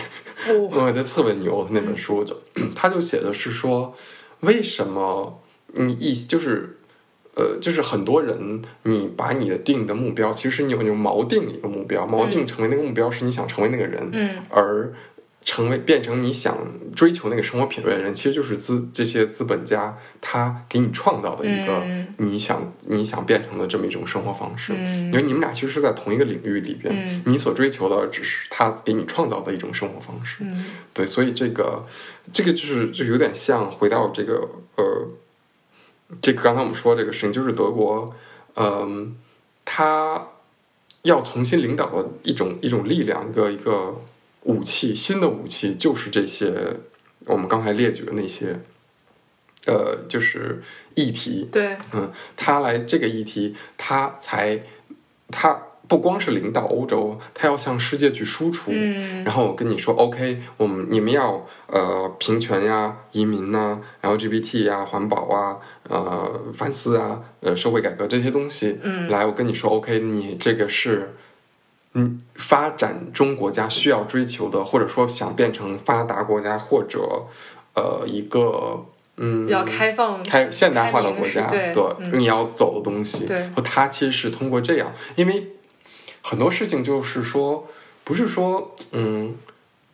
Speaker 2: 哦，
Speaker 1: 我觉得特别牛，他那本书就
Speaker 2: 嗯
Speaker 1: 他就写的是说，为什么你一就是呃，就是很多人你把你的定的目标，其实你有你有锚定一个目标，锚定成为那个目标是你想成为那个人，
Speaker 2: 嗯
Speaker 1: 而成为变成你想追求那个生活品味的人，其实就是资这些资本家他给你创造的一个
Speaker 2: 嗯
Speaker 1: 你想你想变成的这么一种生活方式。因为
Speaker 2: 嗯
Speaker 1: 你们俩其实是在同一个领域里边，
Speaker 2: 嗯
Speaker 1: 你所追求的只是他给你创造的一种生活方式。
Speaker 2: 嗯
Speaker 1: 对，所以这个这个就是就有点像回到这个呃，这个刚才我们说这个事情，就是德国，嗯、他要重新领导的一种一种力量，一个一个武器，新的武器就是这些我们刚才列举的那些，呃，就是议题，
Speaker 2: 对，
Speaker 1: 嗯，他来这个议题，他才他不光是领导欧洲，他要向世界去输出。
Speaker 2: 嗯
Speaker 1: 然后我跟你说，OK，我们你们要呃平权呀、移民呐、LGBT 呀、环保啊、呃反思啊、呃社会改革这些东西，
Speaker 2: 嗯
Speaker 1: 来，我跟你说，OK，你这个是。嗯，发展中国家需要追求的，或者说想变成发达国家，或者呃一个嗯
Speaker 2: 比较开放，
Speaker 1: 开现代化的国家，
Speaker 2: 开明是对嗯
Speaker 1: 你要走的东西，
Speaker 2: 对
Speaker 1: 和它其实是通过这样，因为很多事情就是说，不是说嗯，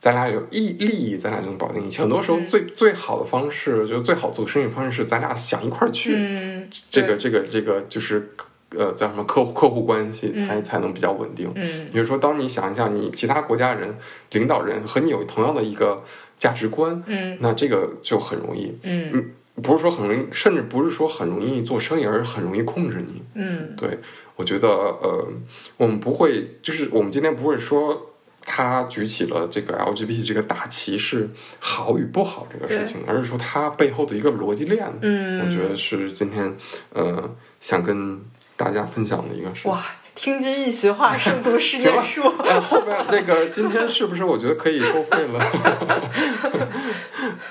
Speaker 1: 咱俩有利利益，咱俩就能绑定一起。很多时候
Speaker 2: 嗯
Speaker 1: 最、最好的方式，就是最好做生意方式是咱俩想一块儿去，
Speaker 2: 嗯，
Speaker 1: 这个
Speaker 2: 对，
Speaker 1: 这个这个就是呃叫什么客户客户关系才、
Speaker 2: 嗯
Speaker 1: 才能比较稳定。
Speaker 2: 嗯
Speaker 1: 比如说，当你想一下，你其他国家人、领导人和你有同样的一个价值观，
Speaker 2: 嗯
Speaker 1: 那这个就很容易
Speaker 2: 嗯
Speaker 1: 不是说很容易，甚至不是说很容易做生意，而是很容易控制你。
Speaker 2: 嗯
Speaker 1: 对我觉得，呃，我们不会，就是我们今天不会说他举起了这个 LGBT 这个大旗是好与不好这个事情，而是说它背后的一个逻辑链。
Speaker 2: 嗯，
Speaker 1: 我觉得是今天，呃，想跟大家分享的一个事情。
Speaker 2: 哇，听君一席话，胜读 十年书。
Speaker 1: 呃，后面那个今天是不是我觉得可以收费了？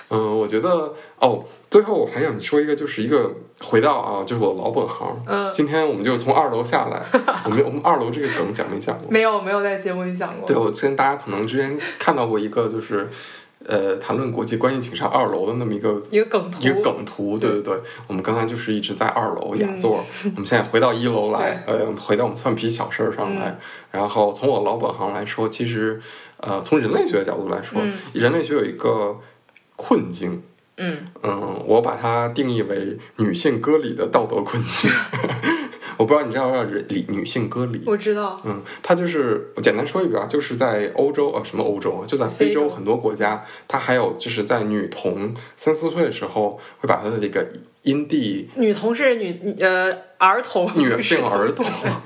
Speaker 1: 嗯，我觉得哦，最后我还想说一个，就是一个回到啊，就是我老本行。
Speaker 2: 嗯
Speaker 1: 今天我们就从二楼下来，我们我们二楼这个梗讲没讲过？
Speaker 2: 没有没有在节目里讲过。
Speaker 1: 对，我跟大家可能之前看到过一个，就是呃，谈论国际关系，请上二楼的那么一个
Speaker 2: 一个梗图，
Speaker 1: 一个梗图，对对对，我们刚才就是一直在二楼雅座，我们现在回到一楼来，呃，回到我们蒜皮小事儿上来。然后从我老本行来说，其实，呃，从人类学的角度来说，
Speaker 2: 嗯
Speaker 1: 人类学有一个困境，
Speaker 2: 嗯
Speaker 1: 嗯，我把它定义为女性割礼的道德困境。 我不知道你知道不知道人理女性割礼？
Speaker 2: 我知道，
Speaker 1: 嗯，它就是我简单说一遍啊，就是在欧洲呃什么欧洲啊，就在非
Speaker 2: 非
Speaker 1: 洲
Speaker 2: 洲
Speaker 1: 很多国家，它还有就是在女童三四岁的时候，会把她的这个阴蒂
Speaker 2: 女同事女女呃儿童，
Speaker 1: 女
Speaker 2: 是
Speaker 1: 性儿 童，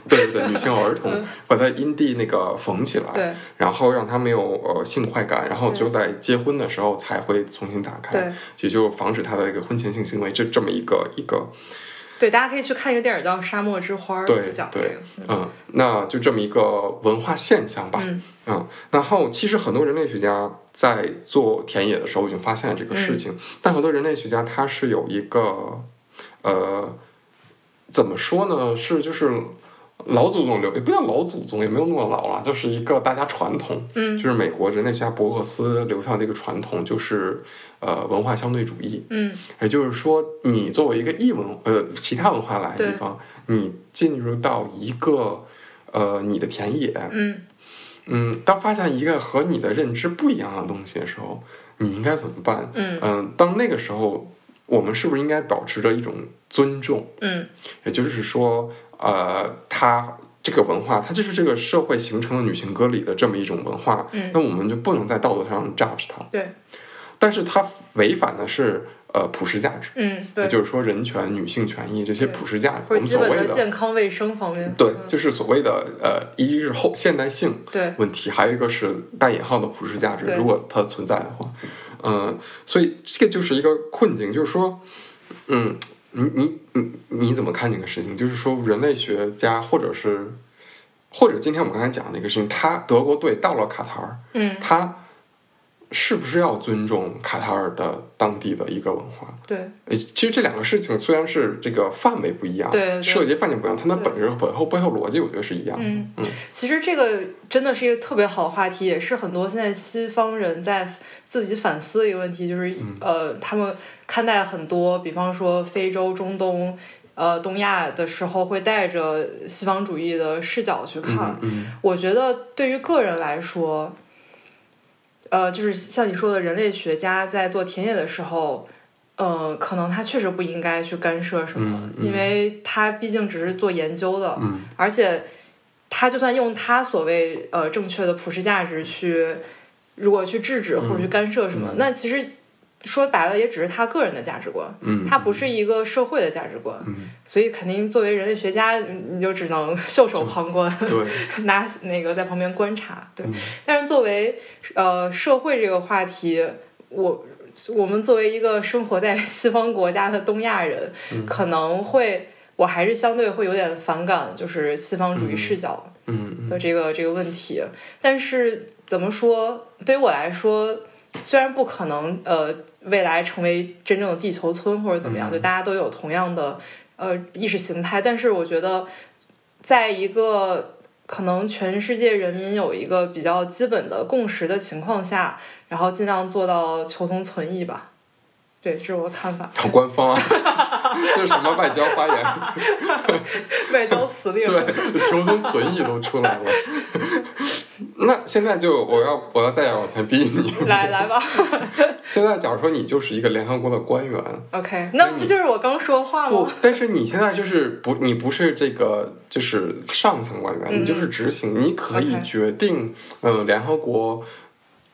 Speaker 1: 对对对，女性儿童把她阴蒂那个缝起来，
Speaker 2: 对
Speaker 1: 然后让她没有呃性快感，然后
Speaker 2: 对
Speaker 1: 只有在结婚的时候才会重新打开
Speaker 2: 对，
Speaker 1: 也就防止她的一个婚前性行为，这这么一个一个
Speaker 2: 对，大家可以去看一个电影叫《沙漠之花》，
Speaker 1: 对
Speaker 2: 就讲这
Speaker 1: 对
Speaker 2: 个，，
Speaker 1: 嗯，那就这么一个文化现象吧，
Speaker 2: 嗯
Speaker 1: 嗯，然后其实很多人类学家在做田野的时候已经发现了这个
Speaker 2: 嗯
Speaker 1: 事情，但很多人类学家他是有一个，呃，怎么说呢？是就是老祖宗留，也不叫老祖宗，也没有那么老了，就是一个大家传统，就
Speaker 2: 嗯
Speaker 1: 是美国人类学家伯克斯留下的一个传统，就是呃文化相对主义，
Speaker 2: 嗯
Speaker 1: 也就是说，你作为一个异文呃其他文化来的地方，你进入到一个呃你的田野，
Speaker 2: 嗯
Speaker 1: 嗯，当发现一个和你的认知不一样的东西的时候，你应该怎么办？
Speaker 2: 嗯
Speaker 1: 嗯，当那个时候，我们是不是应该保持着一种尊重？
Speaker 2: 嗯
Speaker 1: 也就是说，呃，它这个文化，它就是这个社会形成了女性割礼的这么一种文化，
Speaker 2: 嗯
Speaker 1: 那我们就不能在道德上 judge 它。
Speaker 2: 对，
Speaker 1: 但是它违反的是呃普世价值，
Speaker 2: 嗯
Speaker 1: 也
Speaker 2: 对，
Speaker 1: 就是说人权、女性权益这些
Speaker 2: 对
Speaker 1: 普世价值，我
Speaker 2: 或者
Speaker 1: 们
Speaker 2: 基
Speaker 1: 所
Speaker 2: 本
Speaker 1: 谓
Speaker 2: 的
Speaker 1: 的
Speaker 2: 健康卫生方面，
Speaker 1: 对，
Speaker 2: 嗯
Speaker 1: 就是所谓的呃，一是后现代性
Speaker 2: 对
Speaker 1: 问题，还有一个是带引号的普世价值
Speaker 2: 对，
Speaker 1: 如果它存在的话，嗯、所以这个就是一个困境，就是说，嗯，你你你你怎么看这个事情？就是说，人类学家或者是或者今天我们刚才讲的一个事情，他德国队到了卡塔尔，
Speaker 2: 嗯
Speaker 1: 他是不是要尊重卡塔尔的当地的一个文化？
Speaker 2: 对
Speaker 1: 呃，其实这两个事情虽然是这个范围不一样，
Speaker 2: 对对对
Speaker 1: 涉及范围不一样，它们
Speaker 2: 对
Speaker 1: 本质背后背后逻辑，我觉得是一样的。
Speaker 2: 嗯
Speaker 1: 嗯，
Speaker 2: 其实这个真的是一个特别好的话题，也是很多现在西方人在自己反思的一个问题，就是、
Speaker 1: 嗯
Speaker 2: 呃，他们看待很多，比方说非洲、中东、呃东亚的时候，会带着西方主义的视角去看。
Speaker 1: 嗯嗯
Speaker 2: 我觉得对于个人来说，呃，就是像你说的，人类学家在做田野的时候，呃，可能他确实不应该去干涉什么，
Speaker 1: 嗯嗯
Speaker 2: 因为他毕竟只是做研究的，
Speaker 1: 嗯
Speaker 2: 而且他就算用他所谓呃正确的普世价值去，如果去制止或者去干涉什么，
Speaker 1: 嗯
Speaker 2: 那其实说白了也只是他个人的价值观，
Speaker 1: 嗯，
Speaker 2: 他不是一个社会的价值观，
Speaker 1: 嗯，
Speaker 2: 所以肯定作为人类学家，嗯你就只能袖手旁观。
Speaker 1: 嗯对，
Speaker 2: 拿那个在旁边观察，对。
Speaker 1: 嗯
Speaker 2: 但是作为呃社会这个话题，我我们作为一个生活在 西方国家的东亚人，可能会我还是相对会有点反感，就是西方主义视角
Speaker 1: 嗯。
Speaker 2: 的这个、这个问题。但是怎么说，对于我来说，虽然不可能呃未来成为真正的地球村或者怎么样，就大家都有同样的呃意识形态，但是我觉得在一个可能全世界人民有一个比较基本的共识的情况下，然后尽量做到求同存异吧。对，这是我的看法
Speaker 1: 好官方啊，这是什么外交发言？
Speaker 2: 外交辞令，
Speaker 1: 对，求同存异都出来了。 那现在就我要我要再往前逼你。
Speaker 2: 来来 吧。
Speaker 1: 现在假如说你就是一个联合国的官员，
Speaker 2: OK，那不就是我刚说的话
Speaker 1: 不
Speaker 2: 吗？，
Speaker 1: 但是你现在就是不，你不是这个就是上层官员，
Speaker 2: 嗯
Speaker 1: 你就是执行，你可以
Speaker 2: OK
Speaker 1: 决定，呃，联合国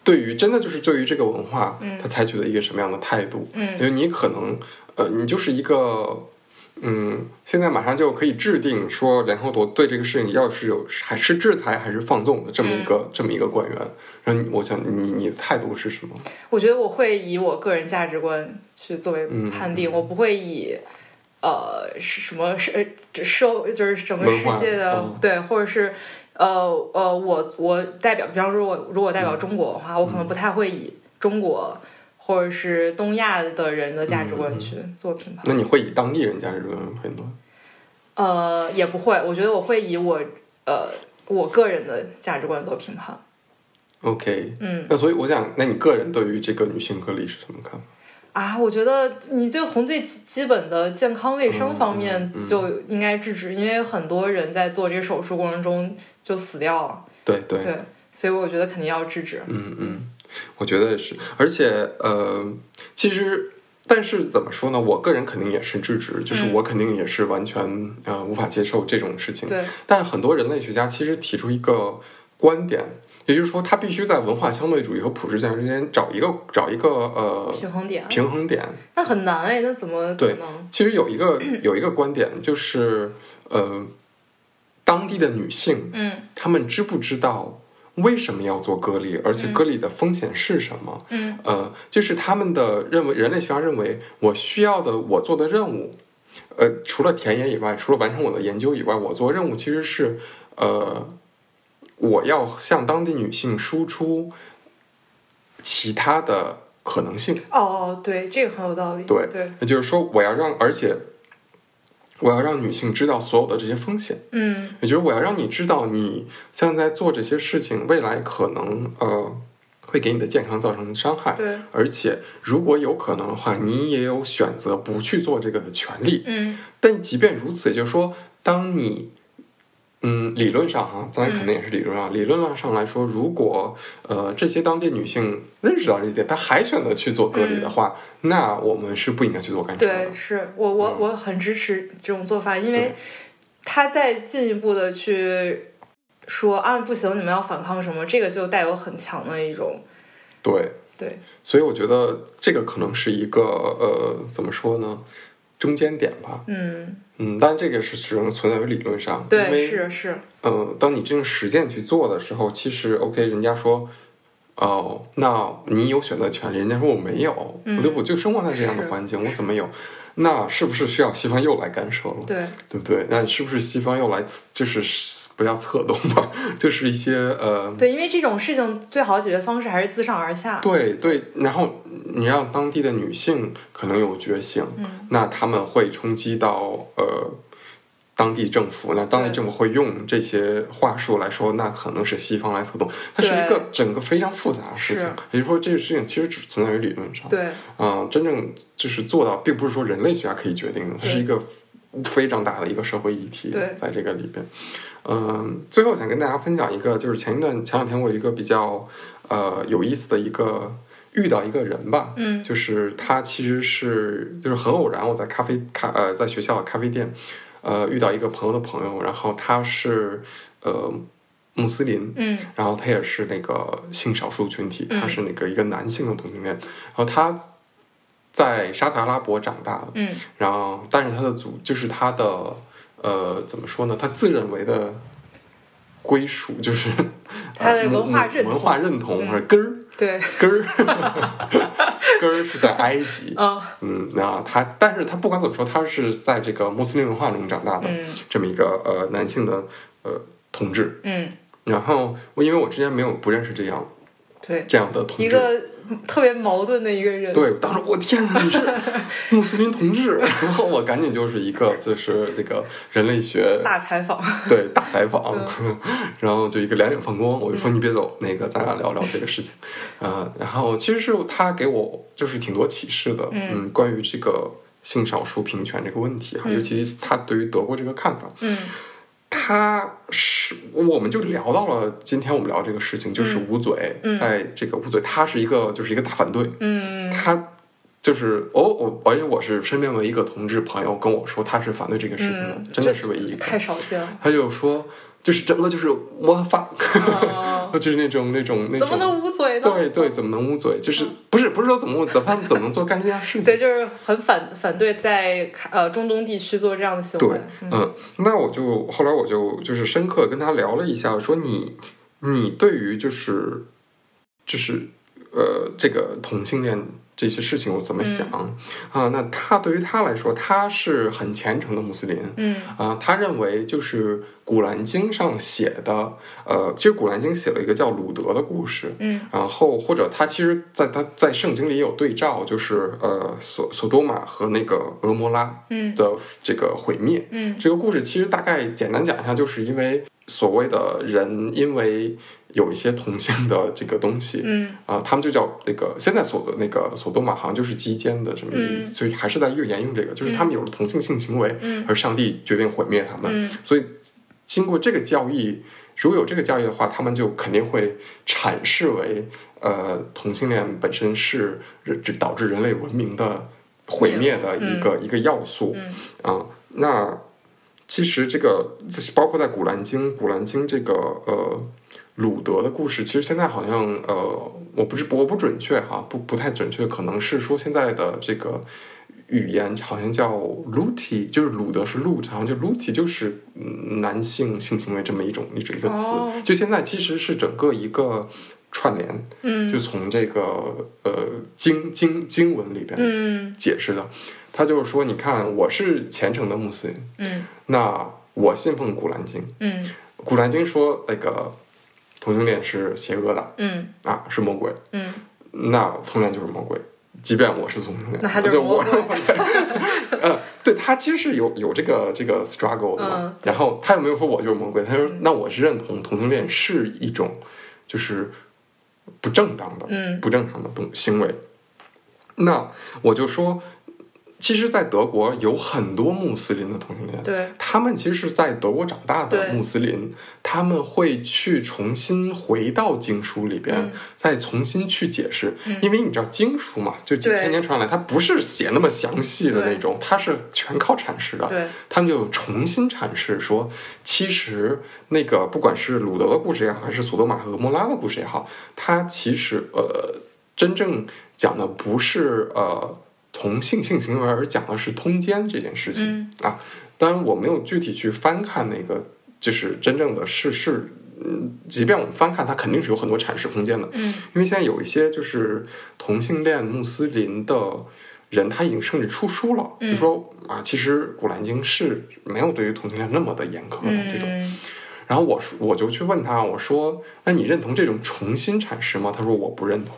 Speaker 1: 对于真的就是对于这个文化，
Speaker 2: 嗯
Speaker 1: 他采取的一个什么样的态度？
Speaker 2: 嗯
Speaker 1: 因为你可能，呃，你就是一个。嗯，现在马上就可以制定说联合国对这个事情要是有还是制裁还是放纵的这么一
Speaker 2: 嗯
Speaker 1: 个、这么一个官员，然后你我想你你的态度是什么？
Speaker 2: 我觉得我会以我个人价值观去作为
Speaker 1: 嗯
Speaker 2: 判定，我不会以呃是什么社社就是整个世界的、
Speaker 1: 文化嗯
Speaker 2: 对，或者是呃呃我我代表，比方说我如果
Speaker 1: 嗯
Speaker 2: 代表中国的话，我可能不太会以中国或者是东亚的人的价值
Speaker 1: 嗯
Speaker 2: 观去做评判，
Speaker 1: 那你会以当地人价值观为判断？
Speaker 2: 呃也不会，我觉得我会以我呃我个人的价值观做评判，
Speaker 1: OK，
Speaker 2: 嗯。
Speaker 1: 那所以我想，那你个人对于这个女性隔离是什么看法？
Speaker 2: 啊，我觉得你就从最基基本的健康卫生方面
Speaker 1: 嗯嗯嗯
Speaker 2: 就应该制止，因为很多人在做这个手术过程中就死掉了，
Speaker 1: 对对，
Speaker 2: 对，所以我觉得肯定要制止。
Speaker 1: 嗯嗯，我觉得也是，而且呃，其实。但是怎么说呢？我个人肯定也是制止，就是
Speaker 2: 嗯
Speaker 1: 我肯定也是完全呃无法接受这种事情。
Speaker 2: 对，
Speaker 1: 但很多人类学家其实提出一个观点，也就是说，他必须在文化相对主义和普世价值之间找一个找一个呃
Speaker 2: 平衡点，
Speaker 1: 平衡点。
Speaker 2: 那很难哎，那怎么可
Speaker 1: 对
Speaker 2: 能？
Speaker 1: 其实有一个有一个观点就是，呃，当地的女性
Speaker 2: 嗯
Speaker 1: 他们知不知道为什么要做割礼，而且割礼的风险是什么？
Speaker 2: 嗯
Speaker 1: 呃，就是他们的认为，人类学家认为，我需要的我做的任务，呃，除了田野以外，除了完成我的研究以外，我做任务其实是，呃，我要向当地女性输出其他的可能性。
Speaker 2: 哦，对，这个很有道理。
Speaker 1: 对
Speaker 2: 对，
Speaker 1: 也就是说，我要让，而且我要让女性知道所有的这些风险。
Speaker 2: 嗯
Speaker 1: 也就是我要让你知道，你现在在做这些事情，未来可能呃会给你的健康造成伤害，
Speaker 2: 对，
Speaker 1: 而且如果有可能的话，你也有选择不去做这个的权利。
Speaker 2: 嗯
Speaker 1: 但即便如此，也就是说，当你嗯，理论上哈，当然肯定也是理论
Speaker 2: 嗯
Speaker 1: 上。理论上来说，如果呃这些当地女性认识到这一点，她还选择去做割礼的话，那我们是不应该去做干涉的
Speaker 2: 嗯对，。是我我我很支持这种做法，因为
Speaker 1: 嗯对他
Speaker 2: 他再进一步的去说啊不行，你们要反抗什么，这个就带有很强的一种
Speaker 1: 对，
Speaker 2: 对，
Speaker 1: 所以我觉得这个可能是一个呃怎么说呢，中间点吧。
Speaker 2: 嗯，
Speaker 1: 嗯，但这个是只能存在于理论上，因
Speaker 2: 对，
Speaker 1: 为
Speaker 2: 是是，
Speaker 1: 呃，当你真正实践去做的时候，其实 OK，人家说，哦、那你有选择权利，人家说我没有，
Speaker 2: 嗯
Speaker 1: 我就我就生活在这样的
Speaker 2: 是
Speaker 1: 环境，我怎么有？那是不是需要西方又来干涉了？
Speaker 2: 对，
Speaker 1: 对不对？那是不是西方又来就是不要策动吧？ 就是一些呃，
Speaker 2: 对，因为这种事情最好的解决方式还是自上而下。
Speaker 1: 对对，然后你让当地的女性可能有觉醒，
Speaker 2: 嗯，
Speaker 1: 那他们会冲击到呃当地政府，那当地
Speaker 2: 对
Speaker 1: 政府会用这些话术来说，那可能是西方来策动，它是一
Speaker 2: 对
Speaker 1: 个整个非常复杂的事情
Speaker 2: 是。
Speaker 1: 也就是说，这个事情其实只存在于理论上，
Speaker 2: 对，
Speaker 1: 嗯、真正就是做到，并不是说人类学家可以决定的，它
Speaker 2: 对
Speaker 1: 是一个非常大的一个社会议题
Speaker 2: 对，
Speaker 1: 在这个里边。嗯，最后想跟大家分享一个，就是前一段前两天我有一个比较呃有意思的一个遇到一个人吧，
Speaker 2: 嗯
Speaker 1: 就是他其实是就是很偶然，我在咖啡咖呃在学校的咖啡店，呃遇到一个朋友的朋友，然后他是呃穆斯林，
Speaker 2: 嗯
Speaker 1: 然后他也是那个性少数群体，
Speaker 2: 嗯
Speaker 1: 他是那个一个男性的同性恋，然后他在沙特阿拉伯长大的，
Speaker 2: 嗯
Speaker 1: 然后但是他的祖就是他的呃怎么说呢，他自认为的归属 就是
Speaker 2: 他的
Speaker 1: 呃
Speaker 2: 文化认
Speaker 1: 文
Speaker 2: 同
Speaker 1: 化认同
Speaker 2: 嗯
Speaker 1: 或者根儿。
Speaker 2: 对，
Speaker 1: 根儿，根儿 是在埃及。
Speaker 2: 嗯
Speaker 1: 嗯，那他，但是他不管怎么说，他是在这个穆斯林文化中长大的、
Speaker 2: 嗯
Speaker 1: 这么一个呃男性的呃同志。
Speaker 2: 嗯，
Speaker 1: 然后我因为我之前没有不认识这样
Speaker 2: 对，
Speaker 1: 这样的同
Speaker 2: 一
Speaker 1: 志，
Speaker 2: 个特别矛盾的一个人。
Speaker 1: 对，当时我天哪，你 是穆斯林同志，然后我赶紧就是一个就是这个人类学
Speaker 2: 大嗯采访，
Speaker 1: 对大采访， 然后就一个两眼放光，我就
Speaker 2: 嗯
Speaker 1: 说你别走，那个咱俩聊聊这个事情，呃，然后其实是他给我就是挺多启示的，
Speaker 2: 嗯
Speaker 1: 嗯，关于这个性少数平权这个问题哈，啊
Speaker 2: 嗯
Speaker 1: 尤其他对于德国这个看法，
Speaker 2: 嗯
Speaker 1: 他是我们就聊到了今天我们聊这个事情，就是
Speaker 2: 嗯
Speaker 1: 捂嘴，
Speaker 2: 嗯
Speaker 1: 在这个捂嘴，他是一个就是一个大反对，
Speaker 2: 嗯
Speaker 1: 他。就是哦，我而且我是身边唯一一个同志朋友跟我说他是反对这个事情的，
Speaker 2: 嗯，
Speaker 1: 真的
Speaker 2: 这
Speaker 1: 是唯一一个。。
Speaker 2: 太少见了
Speaker 1: 他就说，就是整个就是 what the fuck，
Speaker 2: 啊
Speaker 1: 就是那种那种 那种，
Speaker 2: 怎么能捂嘴呢？
Speaker 1: 对对，怎么能捂嘴？就是不是不是说怎么捂，怎么怎么能做干这件事情？
Speaker 2: 对，就是很反反对在呃中东地区做这样的行为
Speaker 1: 对。，嗯，那我就后来我就就是深刻跟他聊了一下，说你你对于就是就是呃这个同性恋这些事情我怎么想啊、那他对于他来说，他是很虔诚的穆斯林，
Speaker 2: 嗯
Speaker 1: 啊、他认为就是《古兰经》上写的，呃，其实《古兰经》写了一个叫鲁德的故事，
Speaker 2: 嗯
Speaker 1: 然后或者他其实在他在圣经里也有对照，就是呃索索多玛和那个俄摩拉
Speaker 2: 嗯
Speaker 1: 的这个毁灭。
Speaker 2: 嗯
Speaker 1: 这个故事其实大概简单讲一下，就是因为所谓的人因为有一些同性的这个东西，
Speaker 2: 嗯
Speaker 1: 啊、他们就叫那个现在所的那个索多玛好像就是基奸的这么一个意思，
Speaker 2: 嗯
Speaker 1: 所以还是在越沿用这个，就是他们有了同性性行为，
Speaker 2: 嗯
Speaker 1: 而上帝决定毁灭他们，
Speaker 2: 嗯
Speaker 1: 所以经过这个教义，如果有这个教义的话，他们就肯定会阐释为呃同性恋本身是人只导致人类文明的毁灭的一个、一个要素
Speaker 2: 嗯
Speaker 1: 啊、那其实这个包括在《古兰经》，《古兰经》这个呃鲁德的故事，其实现在好像呃，我不知我不准确哈，不不太准确，可能是说现在的这个语言好像叫 luti，就是鲁德是 lut，好像就 luti 就是嗯男性性行为这么一种一种一个词，
Speaker 2: 哦
Speaker 1: 就现在其实是整个一个串联，就
Speaker 2: 嗯
Speaker 1: 从这个呃经经经文里边
Speaker 2: 嗯
Speaker 1: 解释的。他就是说，你看，我是虔诚的穆斯林，
Speaker 2: 嗯
Speaker 1: 那我信奉《古兰经》，
Speaker 2: 嗯
Speaker 1: 《古兰经》说那个同性恋是邪恶的
Speaker 2: 嗯
Speaker 1: 啊，是魔鬼。
Speaker 2: 嗯，
Speaker 1: 那同性恋就是魔鬼，即便我是同性恋，
Speaker 2: 那他就是魔
Speaker 1: 我
Speaker 2: 鬼。。
Speaker 1: 呃，对他其实是有有这个这个 struggle 的嘛。
Speaker 2: 嗯
Speaker 1: 然后他也没有说我就是魔鬼，他说那我是认同同性恋是一种就是不正当的、
Speaker 2: 嗯
Speaker 1: 不正常的东行为。那我就说，其实，在德国有很多穆斯林的同性恋，
Speaker 2: 对，
Speaker 1: 他们其实是在德国长大的
Speaker 2: 对
Speaker 1: 穆斯林，他们会去重新回到经书里边，
Speaker 2: 嗯
Speaker 1: 再重新去解释，
Speaker 2: 嗯
Speaker 1: 因为你知道经书嘛，就几
Speaker 2: 对
Speaker 1: 千年传来，它不是写那么详细的
Speaker 2: 对
Speaker 1: 那种，它是全靠阐释的。
Speaker 2: 对，
Speaker 1: 他们就重新阐释说，其实那个不管是鲁德的故事也好，还是索多玛和蛾摩拉的故事也好，它其实呃，真正讲的不是呃同性性行为，而讲的是通奸这件事情、啊。当然，我没有具体去翻看那个，就是真正的事事。嗯，即便我们翻看，它肯定是有很多阐释空间的，
Speaker 2: 嗯
Speaker 1: 因为现在有一些就是同性恋穆斯林的人，他已经甚至出书了，
Speaker 2: 嗯
Speaker 1: 就说啊，其实《古兰经》是没有对于同性恋那么的严苛的这种。
Speaker 2: 嗯
Speaker 1: 然后我说我就去问他，我说：“那你认同这种重新阐释吗？”他说：“我不认同。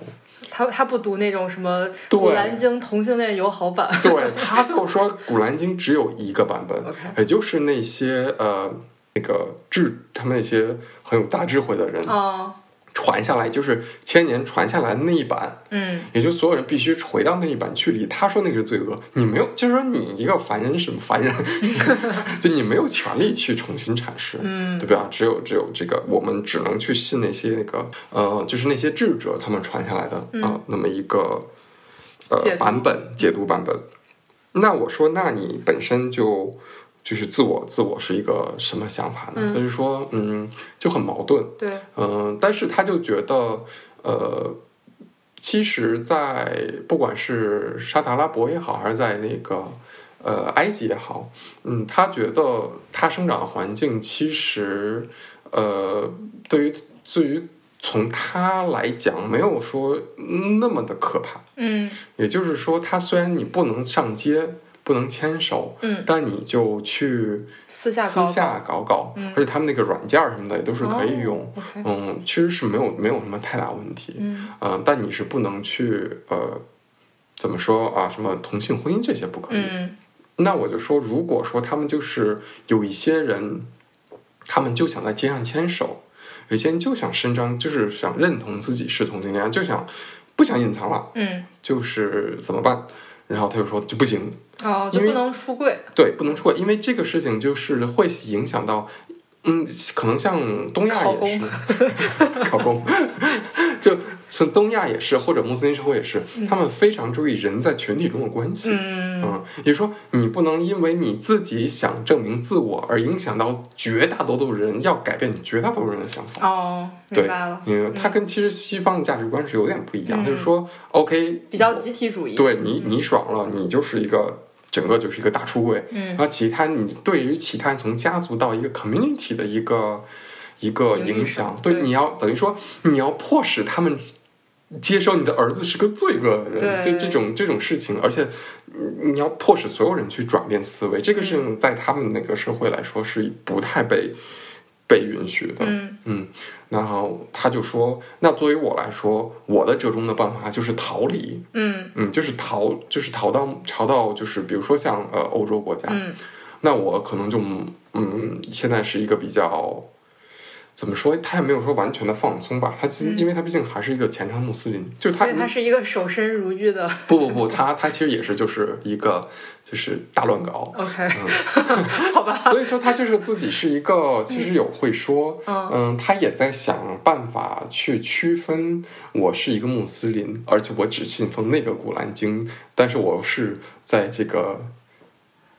Speaker 2: 他他不读那种什么《
Speaker 1: 对
Speaker 2: 古兰经》同性恋友好版，
Speaker 1: 对”他就说《古兰经》只有一个版本
Speaker 2: OK
Speaker 1: 也就是那些呃那个智他们那些很有大智慧的人
Speaker 2: 啊，
Speaker 1: 传下来，就是千年传下来的那一版。
Speaker 2: 嗯
Speaker 1: 也就所有人必须回到那一版去理他说那个是罪恶，你没有，就是说你一个凡人什么凡 人，就你没有权利去重新阐释，
Speaker 2: 嗯
Speaker 1: 对吧？只有只有这个，我们只能去信那些那个呃，就是那些智者他们传下来的啊、
Speaker 2: 嗯
Speaker 1: 呃那么一个
Speaker 2: 解
Speaker 1: 呃
Speaker 2: 读
Speaker 1: 版本解读版本。那我说，那你本身就就是自我自我是一个什么想法呢？
Speaker 2: 嗯
Speaker 1: 他就说，嗯，就很矛盾，
Speaker 2: 对，
Speaker 1: 嗯，但是他就觉得，呃，其实，在不管是沙特阿拉伯也好，还是在那个呃埃及也好，嗯，他觉得他生长的环境其实，呃，对于对于从他来讲，没有说那么的可怕。
Speaker 2: 嗯
Speaker 1: 也就是说，他虽然你不能上街，不能牵手，
Speaker 2: 嗯，
Speaker 1: 但你就去
Speaker 2: 私下
Speaker 1: 私
Speaker 2: 高
Speaker 1: 下搞搞，
Speaker 2: 嗯哦
Speaker 1: 而且他们那个软件儿什么的也都是可以用。
Speaker 2: o k
Speaker 1: 嗯，其实是没有没有什么太大问题，
Speaker 2: 嗯
Speaker 1: 嗯、但你是不能去呃，怎么说啊，什么同性婚姻这些不可以。
Speaker 2: 嗯
Speaker 1: 那我就说，如果说他们就是有一些人，他们就想在街上牵手，有些人就想伸张，就是想认同自己是同性恋，就想不想隐藏了，
Speaker 2: 嗯，
Speaker 1: 就是怎么办？然后他就说就不行，
Speaker 2: 哦，就
Speaker 1: 因为
Speaker 2: 不能出柜，
Speaker 1: 对，不能出轨，因为这个事情就是会影响到，嗯，可能像东亚
Speaker 2: 考
Speaker 1: 也是， 考公， 就从东亚也是，或者穆斯林社会也是，他们非常注意人在群体中的关系。
Speaker 2: 嗯
Speaker 1: 嗯，也就是说，你不能因为你自己想证明自我而影响到绝大多数人，要改变你绝大多数人的想法。
Speaker 2: 哦，明
Speaker 1: 对
Speaker 2: 白了，，
Speaker 1: 嗯，它跟其实西方的价值观是有点不一样，
Speaker 2: 嗯
Speaker 1: 就是说，OK，
Speaker 2: 比较嗯集体主义，，
Speaker 1: 对你，你爽了，你就是一个整个就是一个大出柜，
Speaker 2: 嗯
Speaker 1: 然后其他你对于其他人从家族到一个 community 的一个一个
Speaker 2: 影
Speaker 1: 影响，
Speaker 2: 对
Speaker 1: 对，你要等于说你要迫使他们接受你的儿子是个罪恶的人，
Speaker 2: 对
Speaker 1: 就这种这种事情，而且你你要迫使所有人去转变思维，这
Speaker 2: 嗯
Speaker 1: 个事情在他们那个社会来说是不太被被允许的，
Speaker 2: 嗯
Speaker 1: 嗯，然后他就说，那作为我来说，我的折中的办法就是逃离，
Speaker 2: 嗯
Speaker 1: 嗯，就是逃，就是逃到逃到，就是比如说像呃欧洲国家，
Speaker 2: 嗯
Speaker 1: 那我可能就嗯，现在是一个比较怎么说，他也没有说完全的放松吧，他其实、
Speaker 2: 嗯
Speaker 1: 因为他毕竟还是一个虔诚穆斯林，就是他
Speaker 2: 所以他是一个守身如玉的
Speaker 1: 不不不，他他其实也是就是一个就是大乱搞，
Speaker 2: ，OK，
Speaker 1: 嗯 所以说他就是自己是一个，其实有会说，
Speaker 2: 嗯
Speaker 1: 嗯，他也在想办法去区分我是一个穆斯林，而且我只信奉那个古兰经，但是我是在这个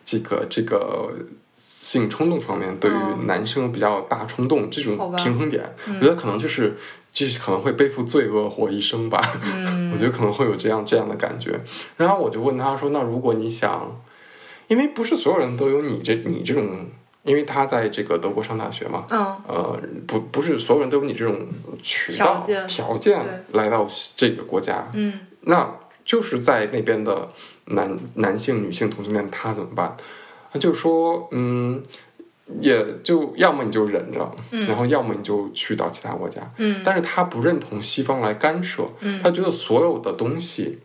Speaker 1: 这个这个性冲动方面，对
Speaker 2: 哦
Speaker 1: 于男生有比较大冲动这
Speaker 2: 好
Speaker 1: 种
Speaker 2: 吧嗯
Speaker 1: 平衡点，我觉得可能就是就是可能会背负罪恶活一生吧。
Speaker 2: 嗯
Speaker 1: 我觉得可能会有这样这样的感觉。然后我就问他说：“那如果你想，因为不是所有人都有你这你这种，因为他在这个德国上大学嘛，
Speaker 2: 嗯
Speaker 1: 呃，不不是所有人都有你这种渠
Speaker 2: 条
Speaker 1: 道
Speaker 2: 件
Speaker 1: 条件来到这个国家，
Speaker 2: 嗯
Speaker 1: 那就是在那边的男男性、女性同性恋，他怎么办？他就说，嗯，也就要么你就忍着，
Speaker 2: 嗯
Speaker 1: 然后要么你就去到其他国家。
Speaker 2: 嗯，
Speaker 1: 但是他不认同西方来干涉，
Speaker 2: 嗯
Speaker 1: 他觉得所有的东西，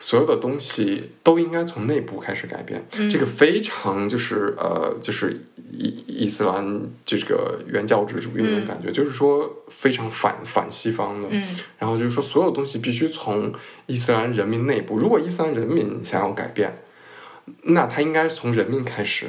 Speaker 1: 所有的东西都应该从内部开始改变。
Speaker 2: 嗯
Speaker 1: 这个非常就是呃，就是伊伊斯兰这个原教旨主义那种感觉，就是说非常反反西方的。
Speaker 2: 嗯
Speaker 1: 然后就是说，所有东西必须从伊斯兰人民内部。如果伊斯兰人民想要改变，那它应该从人民开始，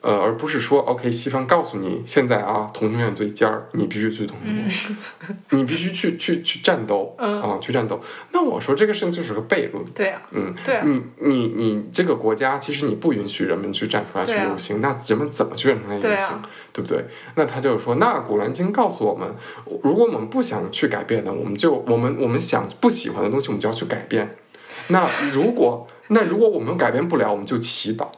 Speaker 1: 呃，而不是说 OK，西方告诉你现在啊，同性恋最尖儿，你必须去同性恋，你必须去去去战斗啊、
Speaker 2: 嗯
Speaker 1: 去战斗。那我说这个事情就是个悖论，
Speaker 2: 对啊，
Speaker 1: 嗯，
Speaker 2: 对啊，
Speaker 1: 你你你这个国家其实你不允许人们去站出来去
Speaker 2: 对啊
Speaker 1: 游行，那人们怎么去站出来游行？
Speaker 2: 对啊
Speaker 1: 对不对？那他就是说，那《古兰经》告诉我们，如果我们不想去改变的，我们就我们我们想不喜欢的东西，我们就要去改变。那如果那如果我们改变不了，我们就祈祷。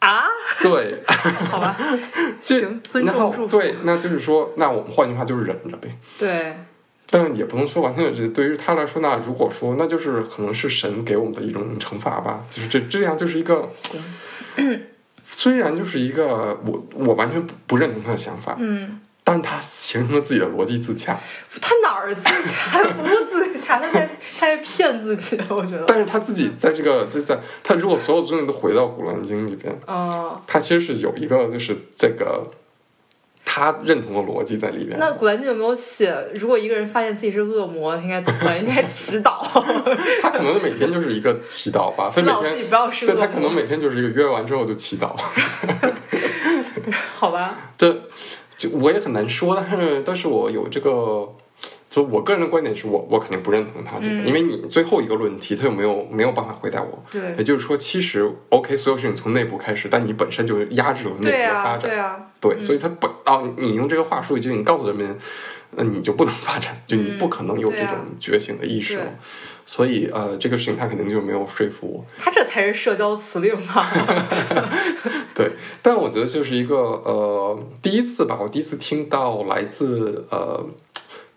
Speaker 2: 啊，
Speaker 1: 对，
Speaker 2: 好吧，
Speaker 1: 这
Speaker 2: 行，尊
Speaker 1: 然
Speaker 2: 重
Speaker 1: 后
Speaker 2: 祝福，
Speaker 1: 对，那就是说，那我们换句话就是忍着呗。
Speaker 2: 对
Speaker 1: 但也不能说完全是对于他来说，那如果说那就是可能是神给我们的一种惩罚吧，就是这这样就是一个
Speaker 2: 行，
Speaker 1: 虽然就是一个我我完全不不认同他的想法，
Speaker 2: 嗯，
Speaker 1: 但他形成了自己的逻辑自洽，
Speaker 2: 他哪儿自洽？不自洽，他在他在骗自己，我觉得，
Speaker 1: 但是他自己在这个就在他如果所有东西都回到《古兰经》里边，
Speaker 2: 嗯，
Speaker 1: 他其实是有一个就是这个他认同的逻辑在里边。
Speaker 2: 那《古兰经》有没有写，如果一个人发现自己是恶魔，应该怎么 办？应该祈祷，
Speaker 1: 他可能每天就是一个祈祷吧，
Speaker 2: 祈
Speaker 1: 他
Speaker 2: 祷
Speaker 1: 每
Speaker 2: 自己
Speaker 1: 天
Speaker 2: 不要是
Speaker 1: 对
Speaker 2: 恶魔，
Speaker 1: 他可能每天就是一个约完之后就祈祷，
Speaker 2: 好吧？
Speaker 1: 这就我也很难说，但是但是我有这个。就我个人的观点是我我肯定不认同他这个，
Speaker 2: 嗯
Speaker 1: 因为你最后一个论题他有没有没有办法回答我，
Speaker 2: 对
Speaker 1: 也，就是说，其实 OK，所有事情从内部开始，但你本身就压制了内部
Speaker 2: 对
Speaker 1: 的
Speaker 2: 啊，
Speaker 1: 发展。
Speaker 2: 对啊，
Speaker 1: 对
Speaker 2: 嗯
Speaker 1: 所以它本哦，你用这个话术，就是你告诉人们，那你就不能发展，就你不可能有这
Speaker 2: 对啊
Speaker 1: 种觉醒的意识了。
Speaker 2: 对
Speaker 1: 所以呃，这个事情他肯定就没有说服我。
Speaker 2: 他这才是社交辞令吧？
Speaker 1: 对，但我觉得就是一个呃，第一次吧，我第一次听到来自呃，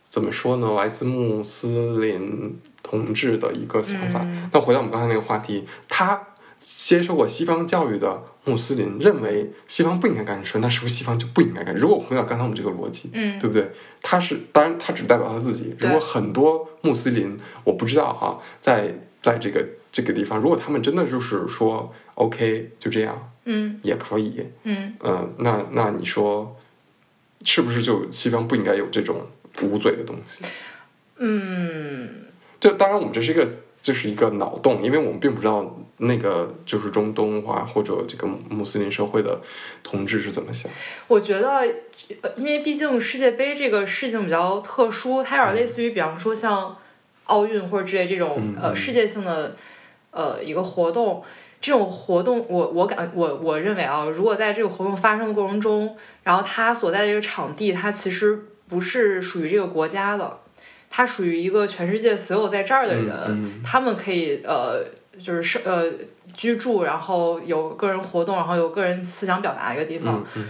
Speaker 1: 怎么说呢，来自穆斯林同志的一个想法。
Speaker 2: 嗯
Speaker 1: 那回到我们刚才那个话题，他接受过西方教育的穆斯林认为西方不应该干涉，那是不是西方就不应该干涉？如果回到刚才我们这个逻辑，
Speaker 2: 嗯
Speaker 1: 对不对？他是当然，他只代表他自己。如
Speaker 2: 对
Speaker 1: 果很多穆斯林，我不知道哈、在在这个这个地方，如果他们真的就是说 OK 就这样
Speaker 2: 嗯
Speaker 1: 也可以，
Speaker 2: 嗯，
Speaker 1: 嗯、那那你说是不是就西方不应该有这种捂嘴的东西？
Speaker 2: 嗯，
Speaker 1: 这当然，我们这是一个就是一个脑洞，因为我们并不知道那个就是中东啊或者这个穆斯林社会的同志是怎么想。
Speaker 2: 我觉得，呃因为毕竟世界杯这个事情比较特殊，它有点类似于，比方说像奥运或者之类这种、
Speaker 1: 嗯
Speaker 2: 呃
Speaker 1: 嗯
Speaker 2: 世界性的呃一个活动。这种活动，我我感我我认为啊，如果在这个活动发生的过程中，然后它所在的这个场地，它其实不是属于这个国家的，它属于一个全世界所有在这儿的人，
Speaker 1: 嗯
Speaker 2: 他们可以呃，就是是呃居住，然后有个人活动，然后有个人思想表达的一个地方。
Speaker 1: 嗯嗯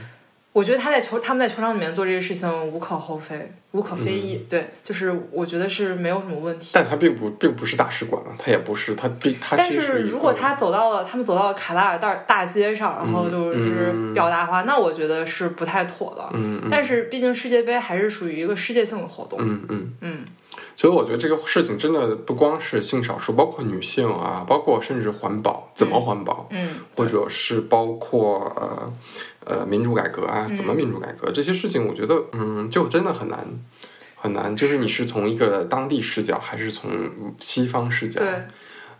Speaker 2: 我觉得他在球，他们在球场里面做这个事情无可厚非，无可非议。对，就是我觉得是没有什么问题。
Speaker 1: 嗯但他并不并不是大使馆了，他也不是他并他
Speaker 2: 但
Speaker 1: 其实
Speaker 2: 是
Speaker 1: 一个嗯
Speaker 2: 如果他走到了他们走到了卡塔尔大大街上，然后就是表达的话，那我觉得是不太妥的。
Speaker 1: 嗯嗯
Speaker 2: 但是毕竟世界杯还是属于一个世界性的活动。
Speaker 1: 嗯嗯，
Speaker 2: 嗯
Speaker 1: 所以我觉得这个事情真的不光是性少数，包括女性啊，包括甚至环保，怎么环保，
Speaker 2: 嗯
Speaker 1: 或者是包括呃呃民主改革啊，怎么
Speaker 2: 嗯
Speaker 1: 民主改革、这些事情，我觉得嗯，就真的很难很难，就是你是从一个当地视角，还是从西方视角，
Speaker 2: 对，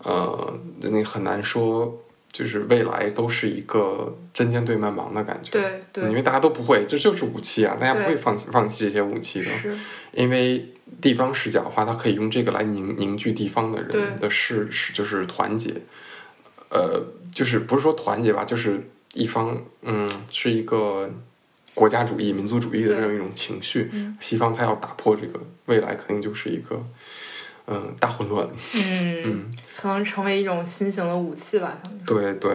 Speaker 1: 呃，那很难说，就是未来都是一个针尖对麦芒的感觉，
Speaker 2: 对对
Speaker 1: 因为大家都不会，这就是武器啊，大家不
Speaker 2: 对
Speaker 1: 会放弃放弃这些武器的，
Speaker 2: 嗯是，
Speaker 1: 因为地方视角的话，它可以用这个来凝凝聚地方的人
Speaker 2: 对
Speaker 1: 的事，是就是团结，呃，就是不是说团结吧，就是一方，嗯，是一个国家主义、民族主义的
Speaker 2: 对
Speaker 1: 这样一种情绪。
Speaker 2: 嗯
Speaker 1: 西方它要打破这个，未来肯定就是一个，嗯、大混乱。
Speaker 2: 嗯，
Speaker 1: 嗯，
Speaker 2: 可能成为一种新型的武器吧，相当于。
Speaker 1: 对对。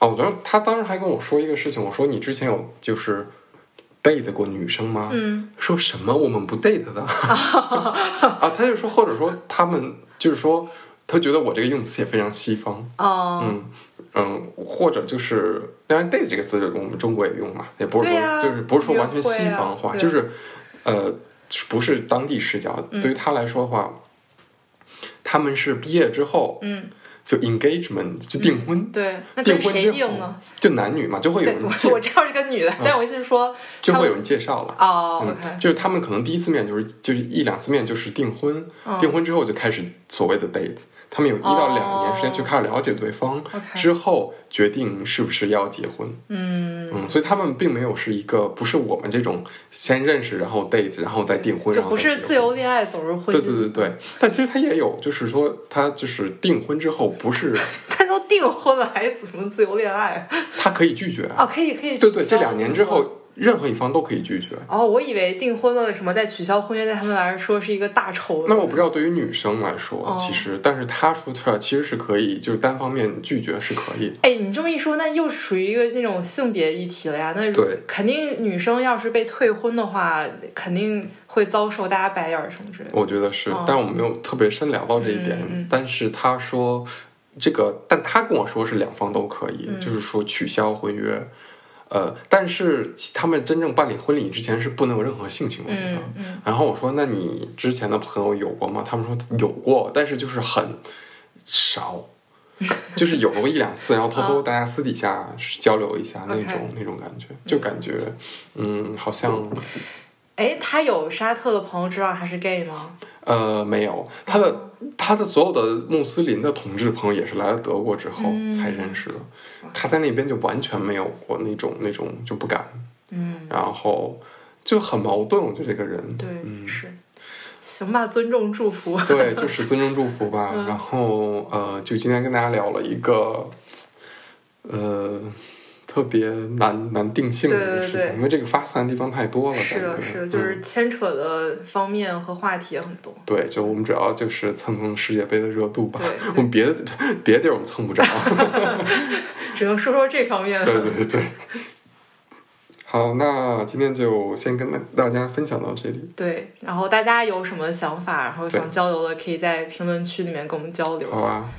Speaker 1: 哦，我觉得他当时还跟我说一个事情，我说你之前有就是 date 过女生吗？
Speaker 2: 嗯
Speaker 1: 说什么我们不 date 的 啊？他就说，或者说他们就是说，他觉得我这个用词也非常西方，
Speaker 2: 哦，
Speaker 1: 嗯嗯，或者就是当然 date 这个词我们中国也用嘛，也不是
Speaker 2: 对
Speaker 1: 说、
Speaker 2: 呀
Speaker 1: 就是不是说完全西方
Speaker 2: 约会
Speaker 1: 化，
Speaker 2: 啊对
Speaker 1: 就是呃不是当地视角，
Speaker 2: 嗯
Speaker 1: 对于他来说的话，他们是毕业之后
Speaker 2: 嗯，
Speaker 1: 就 engagement 就订婚，
Speaker 2: 对，嗯那
Speaker 1: 订
Speaker 2: 跟
Speaker 1: 婚之
Speaker 2: 谁
Speaker 1: 后
Speaker 2: 定呢？
Speaker 1: 就男女嘛，就会有
Speaker 2: 对，
Speaker 1: 人介
Speaker 2: 我我知道是个女的，但我意思是说，
Speaker 1: 就
Speaker 2: 他
Speaker 1: 会
Speaker 2: 们
Speaker 1: 有人介绍了。
Speaker 2: 哦
Speaker 1: 嗯
Speaker 2: ，OK，
Speaker 1: 就是他们可能第一次面就是就是一两次面就是订婚，
Speaker 2: 嗯
Speaker 1: 订婚之后就开始所谓的 date，他们有一到两年时间去开始了解对方，
Speaker 2: 哦 OK
Speaker 1: 之后决定是不是要结婚。
Speaker 2: 嗯，
Speaker 1: 嗯，所以他们并没有是一个不是我们这种先认识，然后 date，然后再订婚，
Speaker 2: 就
Speaker 1: 然后
Speaker 2: 不
Speaker 1: 再
Speaker 2: 是
Speaker 1: 结
Speaker 2: 自由
Speaker 1: 婚。
Speaker 2: 恋爱走入婚
Speaker 1: 对
Speaker 2: 姻，
Speaker 1: 对对 对，但其实他也有，就是说他就是订婚之后，不 是
Speaker 2: 他都订婚了，还怎么自由恋爱？
Speaker 1: 他可以拒绝，啊
Speaker 2: 哦，可以可以取消，
Speaker 1: 对
Speaker 2: 嗯
Speaker 1: 对，这两年之后，任何一方都可以拒绝。
Speaker 2: 哦，我以为订婚了什么再取消婚约，对他们来说是一个大仇。
Speaker 1: 那我不知道对于女生来说，
Speaker 2: 哦
Speaker 1: 其实，但是他说出来其实是可以，就是单方面拒绝是可以的。
Speaker 2: 哎，你这么一说，那又属于一个那种性别议题了呀。那如
Speaker 1: 对
Speaker 2: 肯定女生要是被退婚的话，肯定会遭受大家白眼儿什么之类的。
Speaker 1: 我觉得是
Speaker 2: 哦，
Speaker 1: 但我们没有特别深聊到这一点。
Speaker 2: 嗯嗯
Speaker 1: 但是他说这个，但他跟我说是两方都可以，
Speaker 2: 嗯
Speaker 1: 就是说取消婚约。呃，但是他们真正办理婚礼之前是不能有任何性行为的。
Speaker 2: 嗯嗯，
Speaker 1: 然后我说：“那你之前的朋友有过吗？”他们说有过，但是就是很少， 就是有过一两次，然后偷偷大家私底下交流一下那种、
Speaker 2: OK
Speaker 1: 那种感觉，就感觉嗯，好像
Speaker 2: 哎，他有沙特的朋友知道他是 gay 吗？
Speaker 1: 呃没有他的他的所有的穆斯林的同志朋友也是来了德国之后
Speaker 2: 嗯
Speaker 1: 才认识的，他在那边就完全没有过那种那种就不敢，
Speaker 2: 嗯，
Speaker 1: 然后就很矛盾，我觉得这个人
Speaker 2: 对，
Speaker 1: 嗯
Speaker 2: 是。行吧，尊重祝福。
Speaker 1: 对，就是尊重祝福吧。
Speaker 2: 嗯
Speaker 1: 然后呃，就今天跟大家聊了一个呃特别难难定性的一个
Speaker 2: 对对
Speaker 1: 事情，
Speaker 2: 对
Speaker 1: 因为这个发散的地方太多了。
Speaker 2: 是
Speaker 1: 感
Speaker 2: 的，
Speaker 1: 觉
Speaker 2: 是的，就
Speaker 1: 嗯
Speaker 2: 是牵扯的方面和话题也很多。
Speaker 1: 对，就我们主要就是蹭蹭世界杯的热度吧
Speaker 2: 对对。
Speaker 1: 我们别的别的地儿我们蹭不 着。
Speaker 2: 只能说说这方面
Speaker 1: 对
Speaker 2: 了。
Speaker 1: 对对对。好，那今天就先跟大家分享到这里。
Speaker 2: 对，然后大家有什么想法，然后想
Speaker 1: 对
Speaker 2: 交流的，可以在评论区里面跟我们交流一
Speaker 1: 好
Speaker 2: 下。
Speaker 1: 啊，